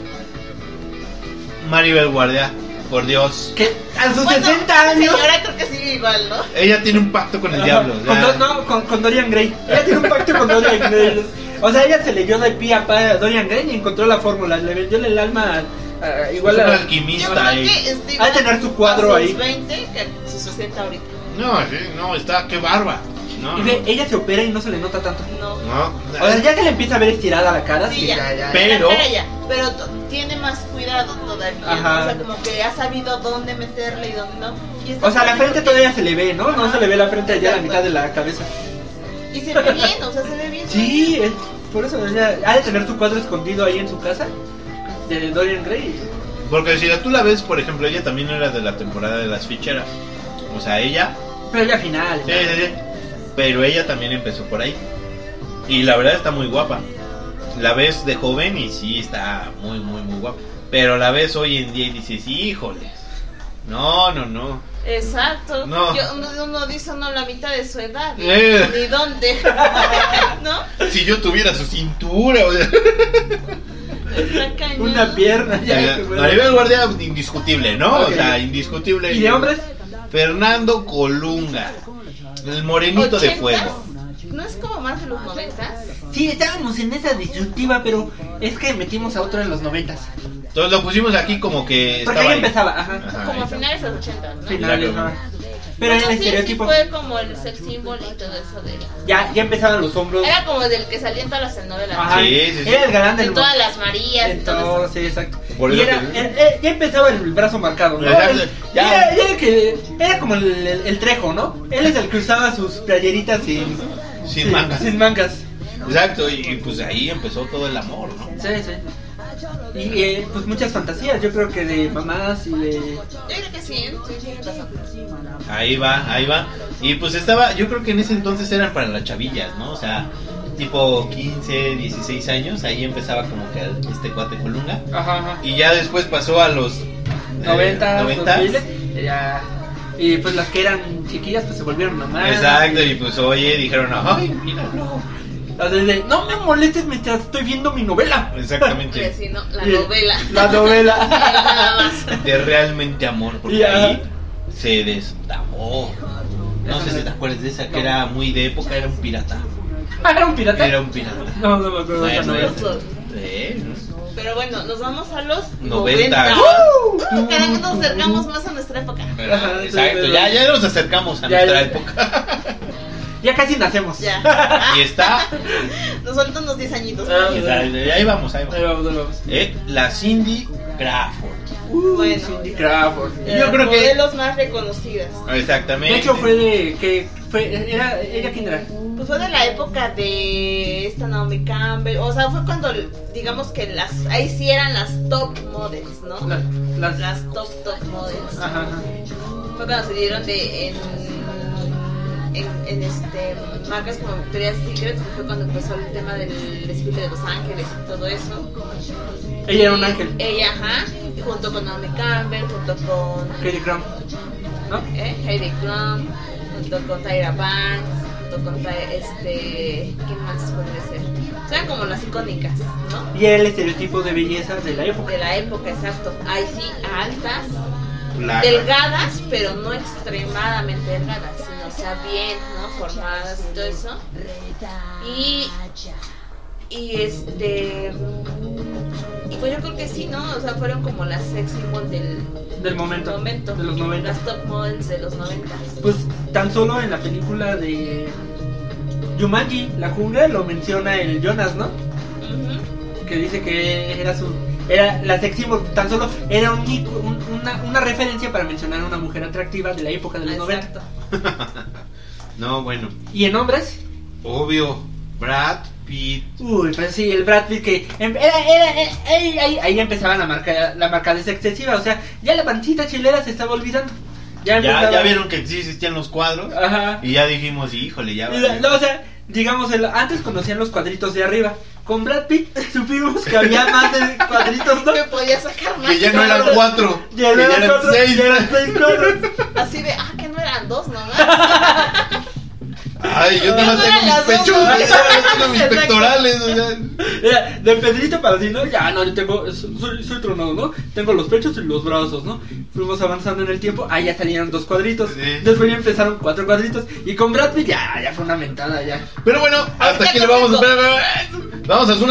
S2: Maribel Guardia, por Dios.
S3: que a sus
S4: Bueno,
S3: 60 años. *laughs*
S4: Señora, creo que sí, igual, ¿no?
S2: Ella tiene un pacto con el
S3: Ajá,
S2: diablo. o
S3: Con
S2: sea,
S3: Do- no, con, con Dorian Gray. Ella tiene un pacto con Dorian Gray. O sea, ella se leyó de pie a pa a Dorian Gray y encontró la fórmula. Le vendió el alma a- a- igual
S2: es un
S3: a.
S4: Yo
S2: alquimista.
S4: creo
S2: eh.
S4: que este,
S3: Ha de tener su cuadro
S4: a
S3: ahí.
S4: Sus 20, que a sus 60 ahorita.
S2: No, sí, no, está, qué barba. No,
S3: y ve, ella se opera y no se le nota tanto.
S4: No.
S2: no.
S3: O sea, ya que le empieza a ver estirada la cara,
S4: Sí,
S3: sí,
S4: ya.
S3: ya, ya, ya.
S2: Pero-
S4: Pero, ya, pero to- tiene más cuidado todavía. ¿no?
S3: Ajá.
S4: O sea, como que ha sabido dónde meterle y dónde no. Y esta
S3: O sea, la
S4: parte
S3: frente
S4: creo que-
S3: todavía se le ve, ¿no? No se le ve la frente allá, la mitad de la cabeza.
S4: Y se ve bien, o sea, se ve bien.
S3: Sí, es- por eso o sea, ha de tener su cuadro escondido ahí en su casa de Dorian Gray.
S2: Porque si la- tú la ves, por ejemplo, ella también era de la temporada de las ficheras. O sea, ella
S3: Pero ya final.
S2: Sí, sí, sí. Pero ella también empezó por ahí. Y la verdad está muy guapa. La ves de joven y sí está muy, muy, muy guapa. Pero la ves hoy en día y dices, híjoles. No, no, no.
S4: Exacto.
S2: No.
S4: Yo- uno, uno dice no la mitad de su edad.
S2: Eh.
S3: *laughs*
S4: Ni dónde. ¿No?
S2: Si yo tuviera su cintura. o sea. *laughs*
S4: Está cañón.
S3: Una pierna. Ya,
S2: Eh,
S3: que bueno.
S2: Maribel Guardia, indiscutible, ¿no?
S3: Ok.
S2: O sea, indiscutible.
S3: ¿Y de hombres?
S2: Fernando Colunga. El morenito de
S4: ¿Ochentas?
S2: fuego.
S4: ¿No es como más de los 90?
S3: Sí, estábamos en esa disyuntiva, pero es que metimos a otro en los noventas.
S2: Entonces lo pusimos aquí como que
S3: Porque
S2: estaba
S3: ahí
S2: ahí.
S3: empezaba, ajá.
S2: Ajá,
S4: Como a
S2: ahí.
S4: finales de los 80, ¿no?
S3: Finales,
S2: Claro.
S3: ajá. Pero era
S4: Bueno,
S3: el
S4: sí, sí
S3: estereotipo.
S4: fue como el sex symbol y todo eso de...
S3: Ya, ya empezaban los hombros.
S4: Era como del que salía en todas las telenovelas.
S3: Ajá.
S2: Sí, sí, sí.
S3: Era el galán
S4: De
S3: del
S4: todas las Marías y todo eso.
S3: Entonces, sí, exacto.
S2: Por
S3: y
S2: eso
S3: era,
S2: te-
S3: era- era- ya empezaba el brazo marcado, ¿no?
S2: Exacto.
S3: Ya,
S2: Ya.
S3: era, era el que, era como el, el- el trejo, ¿no? Él es el que usaba sus playeritas sin,
S2: Sin mangas.
S3: Sin mangas.
S2: Exacto, y, y pues ahí empezó todo el amor, ¿no?
S3: Sí, sí. Y eh, pues muchas fantasías, yo creo que de mamás y de...
S4: Yo creo que sí, ¿eh? sí, tienes razón.
S2: Ahí va, ahí va. Y pues estaba, yo creo que en ese entonces eran para las chavillas, ¿no? O sea, tipo 15, 16 años, ahí empezaba como que el- este cuate colunga.
S3: Ajá, ajá.
S2: Y ya después pasó a los eh,
S3: 90,
S2: 90.
S3: 2000, eh, ya. Y pues las que eran chiquillas pues se volvieron mamás.
S2: Exacto, y pues oye, dijeron, ay, mira.
S3: *laughs* No, Las de, no me molestes mientras estoy viendo mi novela.
S4: Oye,
S2: Exactamente,
S4: Pues sí, no,
S3: *laughs*
S4: la
S3: Y-
S4: novela. *laughs*
S3: La novela.
S4: Nada más.
S2: de realmente amor, porque
S3: Ya.
S2: ahí se destapó. No sé si te acuerdas de esa, que era muy de época, era un pirata.
S3: Ah, ¿Era un pirata?
S2: Era un pirata.
S3: No, no me acuerdo de esa
S2: Bueno,
S3: novela.
S4: Nosotros.
S2: eh,
S4: Pero bueno, nos vamos a los
S2: 90.
S4: 90.
S3: ¡Uh!
S4: Cada vez nos acercamos más a nuestra época.
S2: Pero,
S3: Ajá,
S2: exacto,
S3: sí,
S2: ya,
S3: pero-
S2: ya nos acercamos a
S3: Ya,
S2: nuestra
S3: ya.
S2: época.
S3: Ya casi nacemos.
S4: Ya.
S2: *laughs* Y
S3: *laughs*
S2: está.
S4: Nos faltan unos 10 añitos.
S3: Ah,
S2: y está- y ahí vamos, ahí
S3: Ahí
S2: vamos.
S3: vamos, ahí vamos.
S2: Eh, la Cindy Crawford.
S3: Uh,
S4: Bueno.
S3: Cindy Crawford.
S4: De
S2: yo
S4: las
S2: creo que-
S4: Eh, modelos más reconocidas.
S2: Exactamente.
S3: De hecho fue de que fue era ella quién era?
S4: Pues fue de la época de esta Naomi Campbell. O sea, fue cuando, digamos que las ahí sí eran las top models, ¿no?
S3: Las, las-
S4: Las top, top models.
S3: ajá, ajá.
S4: Fue cuando se dieron de en, en, en, este, marcas como Victoria's Secret, que fue cuando empezó el tema del desfile de Los Ángeles y todo eso.
S3: Ella era un ángel.
S4: Ella, ajá, junto con Naomi Campbell, junto con
S3: Katie Crum. ¿No?
S4: ¿eh? Heidi Klum, junto con Tyra Banks, junto con Ty- este, ¿quién más podría ser? Son como las icónicas, ¿no?
S3: Y era el estereotipo de belleza de la época.
S4: De la época, exacto. Ahí sí, altas,
S2: Placa.
S4: delgadas, pero no extremadamente delgadas, sino o sea bien, ¿no? Formadas y todo eso. Y, y este. Y pues yo creo que sí, ¿no? O sea, fueron como las sex symbol del
S3: Del momento.
S4: momento.
S3: De los 90.
S4: Las top models de los 90.
S3: Pues tan solo en la película de Yumanji, la jungla, lo menciona el Jonas, ¿no?
S4: Ujú.
S3: que dice que era su era la sex symbol, tan solo era un ic- un- una, una referencia para mencionar a una mujer atractiva de la época de los 90
S4: Exacto.
S2: No, bueno.
S3: y en hombres
S2: Obvio. Brad Pitt.
S3: uy pues sí el Brad Pitt que em- era, era- eh, ahí, ahí- ahí empezaba la marca la marca excesiva o sea ya la pancita chilera se estaba olvidando ya
S2: Ya,
S3: empezaba-
S2: ya vieron que sí existían los cuadros.
S3: ajá
S2: Y ya dijimos, híjole, ya.
S3: La-
S2: valió.
S3: no, o sea digamos, el- antes conocían los cuadritos de arriba. Con Brad Pitt *laughs* supimos que había más de cuadritos, ¿no?
S4: que podía sacar más.
S2: Que ya no eran
S4: cuadros.
S2: cuatro,
S3: Ya
S2: que ya
S3: eran
S2: eran
S3: cuatro-
S2: seis.
S3: ya eran seis cuadros.
S4: Así de, ah, que no eran
S2: *laughs*
S4: dos nomás.
S2: Ay, yo no
S4: Ya
S2: tengo
S4: eran
S2: mis
S4: las dos,
S2: pechos,
S4: ¿no?
S2: yo no tengo mis
S4: Exacto.
S2: pectorales. o sea.
S3: Era de Pedrito para decir, no, ya no, yo tengo, soy, soy tronado, ¿no? Tengo los pechos y los brazos, ¿no? Fuimos avanzando en el tiempo, ahí ya salían dos cuadritos.
S2: Sí.
S3: Después ya empezaron cuatro cuadritos. Y con Brad Pitt ya, ya fue una mentada, ya.
S2: Pero bueno, hasta
S4: Ahorita
S2: aquí le vamos a
S4: comento.
S2: esperar. Vamos a hacer